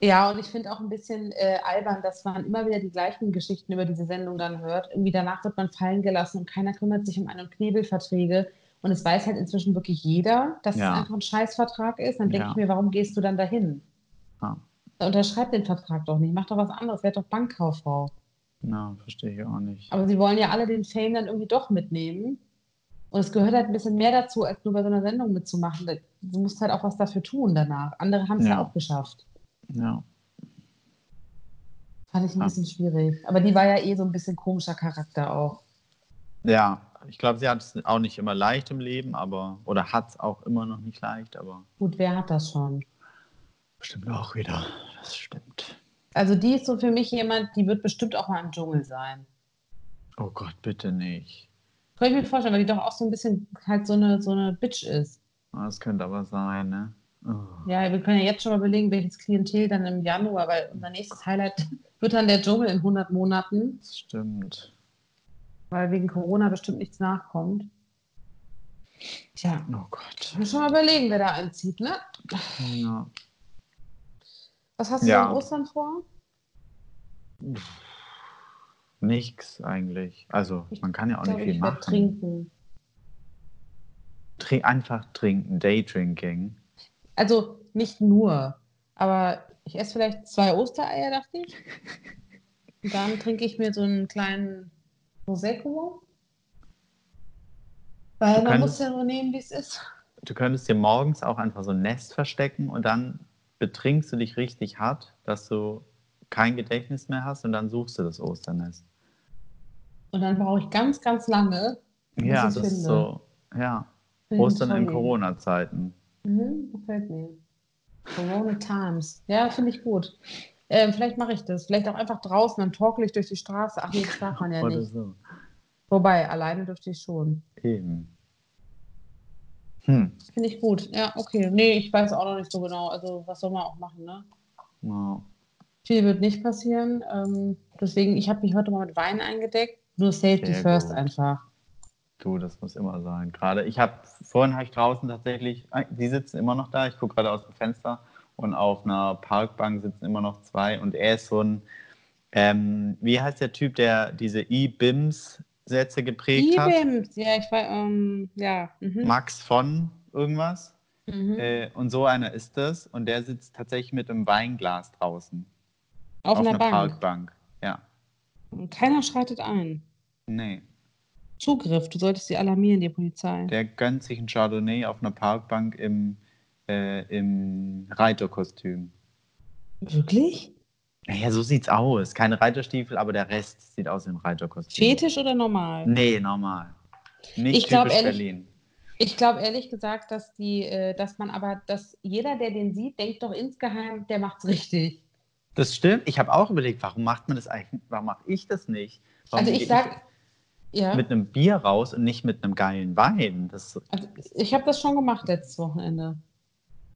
Speaker 2: Ja, und ich finde auch ein bisschen äh, albern, dass man immer wieder die gleichen Geschichten über diese Sendung dann hört. Irgendwie danach wird man fallen gelassen und keiner kümmert sich um Ein- und Knebelverträge. Und es weiß halt inzwischen wirklich jeder, dass
Speaker 3: Ja.
Speaker 2: es einfach ein Scheißvertrag ist. Dann denke
Speaker 3: Ja.
Speaker 2: ich mir, warum gehst du dann dahin?
Speaker 3: Ja.
Speaker 2: Da Unterschreib den Vertrag doch nicht, mach doch was anderes, werd doch Bankkauffrau.
Speaker 3: Na, verstehe ich auch nicht.
Speaker 2: Aber sie wollen ja alle den Fame dann irgendwie doch mitnehmen. Und es gehört halt ein bisschen mehr dazu, als nur bei so einer Sendung mitzumachen. Da- Du musst halt auch was dafür tun danach. Andere haben es ja.
Speaker 3: Ja.
Speaker 2: auch geschafft.
Speaker 3: ja.
Speaker 2: Fand ich ein
Speaker 3: Ja.
Speaker 2: bisschen schwierig. Aber die war ja eh so ein bisschen komischer Charakter auch.
Speaker 3: ja, ich glaube, sie hat es auch nicht immer leicht im Leben, aber, oder hat es auch immer noch nicht leicht, aber
Speaker 2: Gut, wer hat das schon?
Speaker 3: bestimmt auch wieder. Das stimmt.
Speaker 2: Also die ist so für mich jemand, die wird bestimmt auch mal im Dschungel sein.
Speaker 3: Oh Gott, bitte nicht.
Speaker 2: Könnte ich mir vorstellen, weil die doch auch so ein bisschen halt so eine, so eine Bitch ist.
Speaker 3: Ah, Das könnte aber sein, ne? Oh.
Speaker 2: Ja, wir können ja jetzt schon mal überlegen, welches Klientel dann im Januar, weil unser nächstes Highlight wird dann der Dschungel in 100 Monaten,
Speaker 3: Das stimmt.
Speaker 2: weil wegen Corona bestimmt nichts nachkommt. Tja,
Speaker 3: Oh Gott.
Speaker 2: wir schon mal überlegen, wer da einzieht, ne?
Speaker 3: Ja.
Speaker 2: Was hast du
Speaker 3: Ja.
Speaker 2: ja. in Ostern vor?
Speaker 3: Nix eigentlich. Also,
Speaker 2: Ich
Speaker 3: man kann ja auch
Speaker 2: glaube,
Speaker 3: nicht viel
Speaker 2: ich werde
Speaker 3: machen.
Speaker 2: trinken.
Speaker 3: Trink- einfach trinken, Daydrinking.
Speaker 2: Also nicht nur, aber ich esse vielleicht zwei Ostereier, dachte ich. Und dann trinke ich mir so einen kleinen Prosecco. Weil
Speaker 3: Du
Speaker 2: man muss
Speaker 3: kannst-
Speaker 2: ja so nehmen, wie es ist.
Speaker 3: Du könntest dir morgens auch einfach so ein Nest verstecken und dann betrinkst du dich richtig hart, dass du kein Gedächtnis mehr hast und dann suchst du das Osternest.
Speaker 2: Und dann brauche ich ganz, ganz lange. Bis
Speaker 3: Ja,
Speaker 2: ich's
Speaker 3: das ist
Speaker 2: finde.
Speaker 3: so. Ja,
Speaker 2: für den
Speaker 3: Ostern in
Speaker 2: Tonic.
Speaker 3: Corona-Zeiten.
Speaker 2: Mhm, gefällt mir. Corona Times. Ja, finde ich gut. Ähm, vielleicht mache ich das. Vielleicht auch einfach draußen, dann torkel ich durch die Straße. Ach nee, das darf man ja
Speaker 3: Oder
Speaker 2: nicht.
Speaker 3: so.
Speaker 2: Wobei, alleine dürfte ich schon.
Speaker 3: Eben. Hm.
Speaker 2: Finde ich gut. Ja, okay. Nee, ich weiß auch noch nicht so genau. Also, was soll man auch machen, ne?
Speaker 3: Ja.
Speaker 2: Viel wird nicht passieren. Ähm, deswegen, ich habe mich heute mal mit Wein eingedeckt. Nur Safety
Speaker 3: Sehr
Speaker 2: first
Speaker 3: gut.
Speaker 2: einfach.
Speaker 3: Du, das muss immer sein. Gerade ich habe, vorhin habe ich draußen tatsächlich, ah, die sitzen immer noch da, ich gucke gerade aus dem Fenster und auf einer Parkbank sitzen immer noch zwei und er ist so ein, ähm, wie heißt der Typ, der diese E-BIMS-Sätze geprägt hat?
Speaker 2: Ibims. Ja, ich war, ähm, ja. Mhm.
Speaker 3: Max von irgendwas?
Speaker 2: Mhm.
Speaker 3: Äh, und so einer ist das. Und der sitzt tatsächlich mit einem Weinglas draußen.
Speaker 2: auf, einer Bank.
Speaker 3: Parkbank. Ja.
Speaker 2: Und keiner schreitet ein.
Speaker 3: Nee.
Speaker 2: Zugriff, du solltest sie alarmieren, die Polizei.
Speaker 3: Der gönnt sich ein Chardonnay auf einer Parkbank im, äh, im Reiterkostüm.
Speaker 2: Wirklich?
Speaker 3: Naja, so sieht's aus. Keine Reiterstiefel, aber der Rest sieht aus wie ein Reiterkostüm.
Speaker 2: Fetisch oder normal?
Speaker 3: Nee, normal. Nicht
Speaker 2: Ich
Speaker 3: ich
Speaker 2: glaub,
Speaker 3: typisch
Speaker 2: ehrlich-
Speaker 3: Berlin.
Speaker 2: Ich glaube ehrlich gesagt, dass die, äh, dass man aber, dass jeder, der den sieht, denkt doch insgeheim, der macht's richtig.
Speaker 3: Das stimmt. Ich habe auch überlegt, warum macht man das eigentlich? Warum mache ich das nicht? Warum
Speaker 2: also
Speaker 3: gehe
Speaker 2: ich sag, ja,
Speaker 3: mit einem Bier raus und nicht mit einem geilen Wein. Das,
Speaker 2: also ich habe das schon gemacht letztes Wochenende.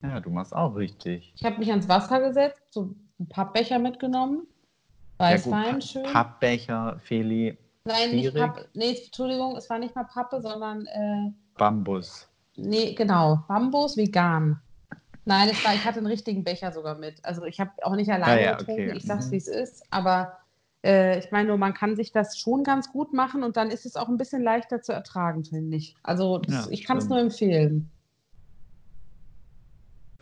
Speaker 3: ja, du machst auch richtig.
Speaker 2: Ich habe mich ans Wasser gesetzt, so ein Pappbecher mitgenommen,
Speaker 3: Ja, gut,
Speaker 2: Weißwein
Speaker 3: Pa-
Speaker 2: schön.
Speaker 3: Pappbecher, Feli,
Speaker 2: Nein, nicht
Speaker 3: schwierig.
Speaker 2: Pappe, nee, Entschuldigung, es war nicht mal Pappe, sondern äh,
Speaker 3: Bambus.
Speaker 2: Nee, genau. Bambus vegan. Nein, es war, ich hatte einen richtigen Becher sogar mit. Also ich habe auch nicht alleine
Speaker 3: Ah ja,
Speaker 2: getrunken.
Speaker 3: okay.
Speaker 2: Ich sag's,
Speaker 3: Mhm.
Speaker 2: wie es ist. Aber äh, ich meine nur, man kann sich das schon ganz gut machen und dann ist es auch ein bisschen leichter zu ertragen, finde ich. Also das,
Speaker 3: Ja,
Speaker 2: ich kann es
Speaker 3: stimmt.
Speaker 2: nur empfehlen.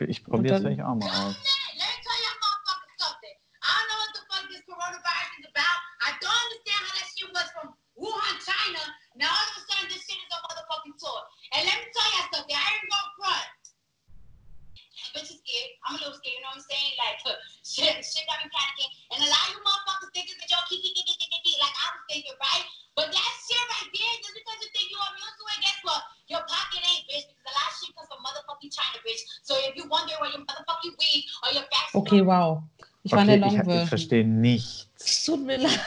Speaker 3: Ich probiere es
Speaker 2: dann-
Speaker 3: vielleicht auch mal aus.
Speaker 4: Let me tell y'all motherfuckers something. I don't know what the fuck this coronavirus is about. I don't understand how that shit was from Wuhan, China. Now all of a sudden this shit is a motherfucking tour. And let me tell y'all something. I ain't gonna front. That bitch is scared. I'm a little scared. You know what I'm saying? Like shit, shit got me panicking. And a lot of you motherfuckers thinking that y'all kiki kiki kiki kiki like I was thinking, right? But that shit right there, just because you think you immune to it, guess what? Your pocket ain't, bitch, because a lot of shit comes from motherfucking China, bitch. So if you wonder where your motherfucking weed or your vaccine
Speaker 2: Okay, wow. Ich war in
Speaker 3: okay,
Speaker 2: der
Speaker 3: ich,
Speaker 2: Long
Speaker 3: ich
Speaker 2: Version.
Speaker 3: verstehe nichts.
Speaker 2: Es Tut mir leid.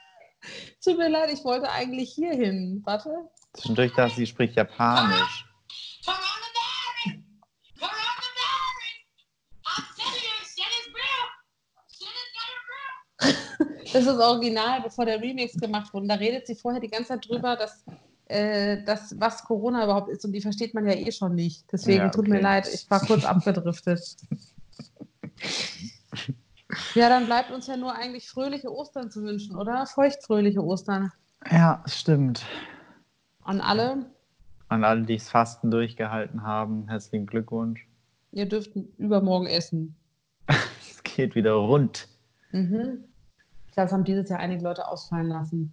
Speaker 2: Tut mir leid, ich wollte eigentlich hier hin. Warte.
Speaker 3: Zwischendurch dachte sie spricht Japanisch.
Speaker 4: Coronavirus! Coronavirus! I'm telling you, shit is real! Shit is getting real!
Speaker 2: Das ist das Original, bevor der Remix gemacht wurde. Da redet sie vorher die ganze Zeit drüber, dass, äh, dass was Corona überhaupt ist und die versteht man ja eh schon nicht. Deswegen
Speaker 3: Ja,
Speaker 2: tut mir
Speaker 3: okay.
Speaker 2: leid, ich war kurz abgedriftet. ja, dann bleibt uns ja nur eigentlich fröhliche Ostern zu wünschen, oder? Feuchtfröhliche Ostern
Speaker 3: Ja, stimmt.
Speaker 2: an alle.
Speaker 3: An alle, die das Fasten durchgehalten haben, herzlichen Glückwunsch.
Speaker 2: Ihr dürft übermorgen essen.
Speaker 3: Es geht wieder rund.
Speaker 2: Mhm. Ich glaube, es haben dieses Jahr einige Leute ausfallen lassen.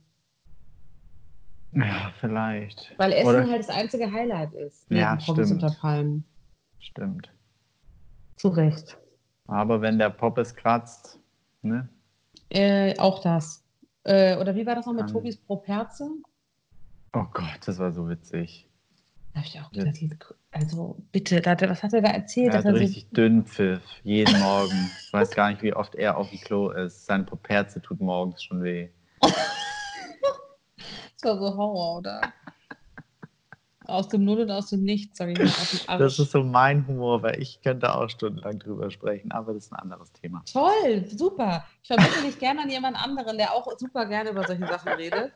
Speaker 3: Ja, vielleicht.
Speaker 2: Weil Essen
Speaker 3: Oder?
Speaker 2: halt das einzige Highlight ist.
Speaker 3: Ja,
Speaker 2: neben Pommes
Speaker 3: stimmt.
Speaker 2: unter Palmen.
Speaker 3: Stimmt.
Speaker 2: Zu Recht.
Speaker 3: Aber wenn der Poppes kratzt, ne?
Speaker 2: Äh, auch das. Äh, oder wie war das noch mit
Speaker 3: Kann-
Speaker 2: Tobis Properze?
Speaker 3: Oh Gott, das war so witzig.
Speaker 2: Da hab ich auch
Speaker 3: Ja.
Speaker 2: gedacht, also bitte, da, hat er- was hat er da erzählt?
Speaker 3: Er
Speaker 2: dass
Speaker 3: hat
Speaker 2: er so-
Speaker 3: richtig dünnen Pfiff, jeden Morgen. Ich weiß gar nicht, wie oft er auf dem Klo ist. Seine Poperze tut morgens schon weh.
Speaker 2: das war so Horror, oder? aus dem Null und aus dem Nichts, sag ich mal. Aus dem Arsch.
Speaker 3: Das ist so mein Humor, weil ich könnte auch stundenlang drüber sprechen, aber das ist ein anderes Thema.
Speaker 2: Toll, super. Ich vermittle dich gerne an jemand anderen, der auch super gerne über solche Sachen redet.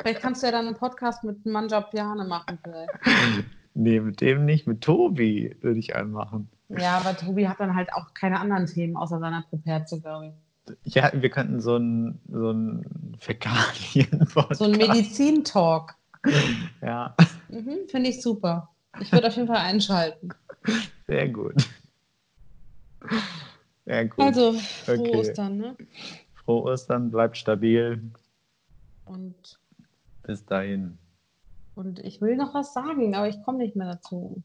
Speaker 2: Vielleicht kannst du ja dann einen Podcast mit Manjab Piane machen. Vielleicht.
Speaker 3: Nee, mit dem nicht, mit Tobi würde ich einen machen.
Speaker 2: Ja, aber Tobi hat dann halt auch keine anderen Themen außer seiner Properze, glaube ich.
Speaker 3: Ja, wir könnten so ein, so ein Fäkalien
Speaker 2: So ein Medizin-Talk.
Speaker 3: Ja,
Speaker 2: Mhm, Finde ich super. Ich würde auf jeden Fall einschalten.
Speaker 3: sehr gut. Sehr gut.
Speaker 2: Also, frohe
Speaker 3: Okay.
Speaker 2: Ostern, ne?
Speaker 3: Frohe Ostern, bleibt stabil.
Speaker 2: Und,
Speaker 3: Bis dahin.
Speaker 2: und ich will noch was sagen, aber ich komme nicht mehr dazu.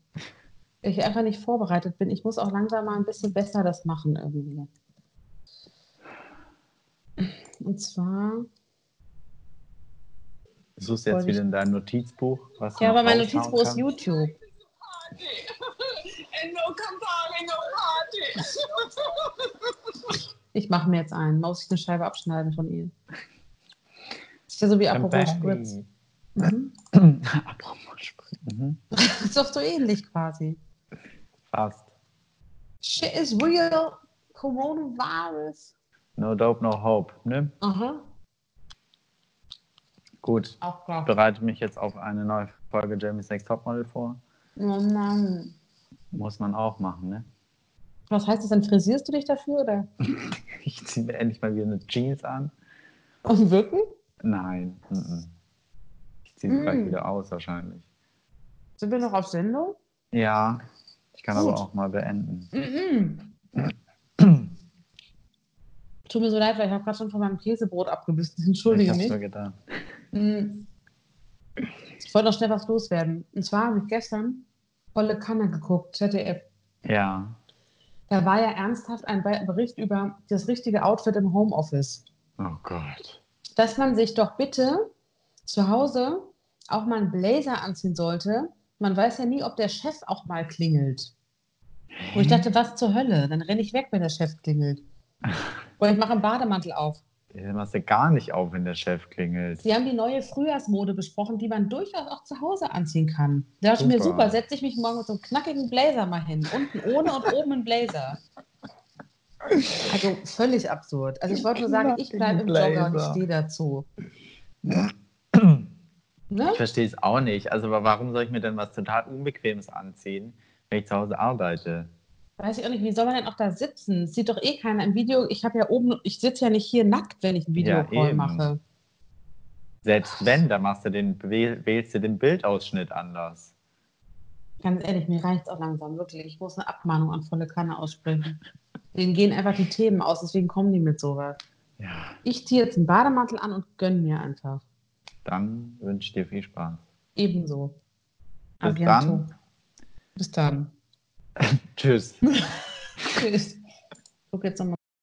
Speaker 2: Ich einfach nicht vorbereitet bin. Ich muss auch langsam mal ein bisschen besser das machen irgendwie. Und zwar.
Speaker 3: Du suchst jetzt
Speaker 2: Wollte ich-
Speaker 3: wieder in dein Notizbuch. Was du
Speaker 2: Ja,
Speaker 3: noch
Speaker 2: aber mein
Speaker 3: rausschauen
Speaker 2: Notizbuch ist
Speaker 3: kannst.
Speaker 2: YouTube.
Speaker 4: and no Campari, no party.
Speaker 2: Ich mache mir jetzt einen. Muss ich eine Scheibe abschneiden von ihr? Ist ja so wie Aperol Spritz.
Speaker 3: Campari.
Speaker 2: Mhm.
Speaker 3: Apropos Spritz. Mhm.
Speaker 2: Ist doch so ähnlich quasi.
Speaker 3: Fast.
Speaker 2: Shit is real. Coronavirus.
Speaker 3: No dope, no hope. Ne?
Speaker 2: Aha.
Speaker 3: Gut.
Speaker 2: Auch klar.
Speaker 3: Ich bereite mich jetzt auf eine neue Folge Jamie's Next Topmodel vor.
Speaker 2: Oh Mann.
Speaker 3: Muss man auch machen, ne?
Speaker 2: Was heißt das denn? Frisierst du dich dafür oder?
Speaker 3: Ich ziehe mir endlich mal wieder eine Jeans an.
Speaker 2: Und wirken?
Speaker 3: Nein. mhm. Ich ziehe sie
Speaker 2: Mm.
Speaker 3: gleich wieder aus wahrscheinlich.
Speaker 2: Sind wir noch auf Sendung?
Speaker 3: Ja, ich kann
Speaker 2: Gut.
Speaker 3: aber auch mal beenden.
Speaker 2: Mhm. Tut mir so leid, weil ich habe gerade schon von meinem Käsebrot abgebissen. Entschuldige
Speaker 3: ich hab's
Speaker 2: mich.
Speaker 3: nur gedacht.
Speaker 2: Mm. Ich wollte noch schnell was loswerden. Und zwar habe ich gestern Volle Kanne geguckt, ZDF.
Speaker 3: Ja.
Speaker 2: Da war ja ernsthaft ein Be- Bericht über das richtige Outfit im Homeoffice.
Speaker 3: Oh Gott.
Speaker 2: Dass man sich doch bitte zu Hause auch mal einen Blazer anziehen sollte. Man weiß ja nie, ob der Chef auch mal klingelt. Und ich dachte, was zur Hölle? Dann renne ich weg, wenn der Chef klingelt. Oder ich mache einen Bademantel auf.
Speaker 3: Den machst du gar nicht auf, wenn der Chef klingelt.
Speaker 2: Sie haben die neue Frühjahrsmode besprochen, die man durchaus auch zu Hause anziehen kann. Da dachte ich mir,
Speaker 3: Super.
Speaker 2: super, setze ich mich morgen mit so einem knackigen Blazer mal hin. Unten ohne und oben ein Blazer. Also völlig absurd. Also ich wollte nur sagen, ich bleibe im
Speaker 3: Knackigen
Speaker 2: Jogger und ich
Speaker 3: Blazer.
Speaker 2: stehe dazu.
Speaker 3: Ich
Speaker 2: Ne?
Speaker 3: verstehe es auch nicht. Also, aber warum soll ich mir denn was total Unbequemes anziehen, wenn ich zu Hause arbeite?
Speaker 2: Weiß ich auch nicht, wie soll man denn auch da sitzen? Das sieht doch eh keiner im Video. Ich habe ja oben, ich sitze ja nicht hier nackt, wenn ich ein
Speaker 3: Ja,
Speaker 2: Videocall
Speaker 3: eben.
Speaker 2: mache.
Speaker 3: Selbst wenn, dann machst du den, wähl- wählst du den Bildausschnitt anders.
Speaker 2: Ganz ehrlich, mir reicht es auch langsam, wirklich. Ich muss eine Abmahnung an volle Kanne aussprechen. Denen gehen einfach die Themen aus, deswegen kommen die mit sowas.
Speaker 3: Ja.
Speaker 2: Ich ziehe jetzt einen Bademantel an und gönne mir einfach.
Speaker 3: Dann wünsche ich dir viel Spaß.
Speaker 2: Ebenso. A
Speaker 3: Bis
Speaker 2: bientôt.
Speaker 3: dann.
Speaker 2: Bis dann.
Speaker 3: Tschüss.
Speaker 2: Tschüss. Ich gucke jetzt nochmal.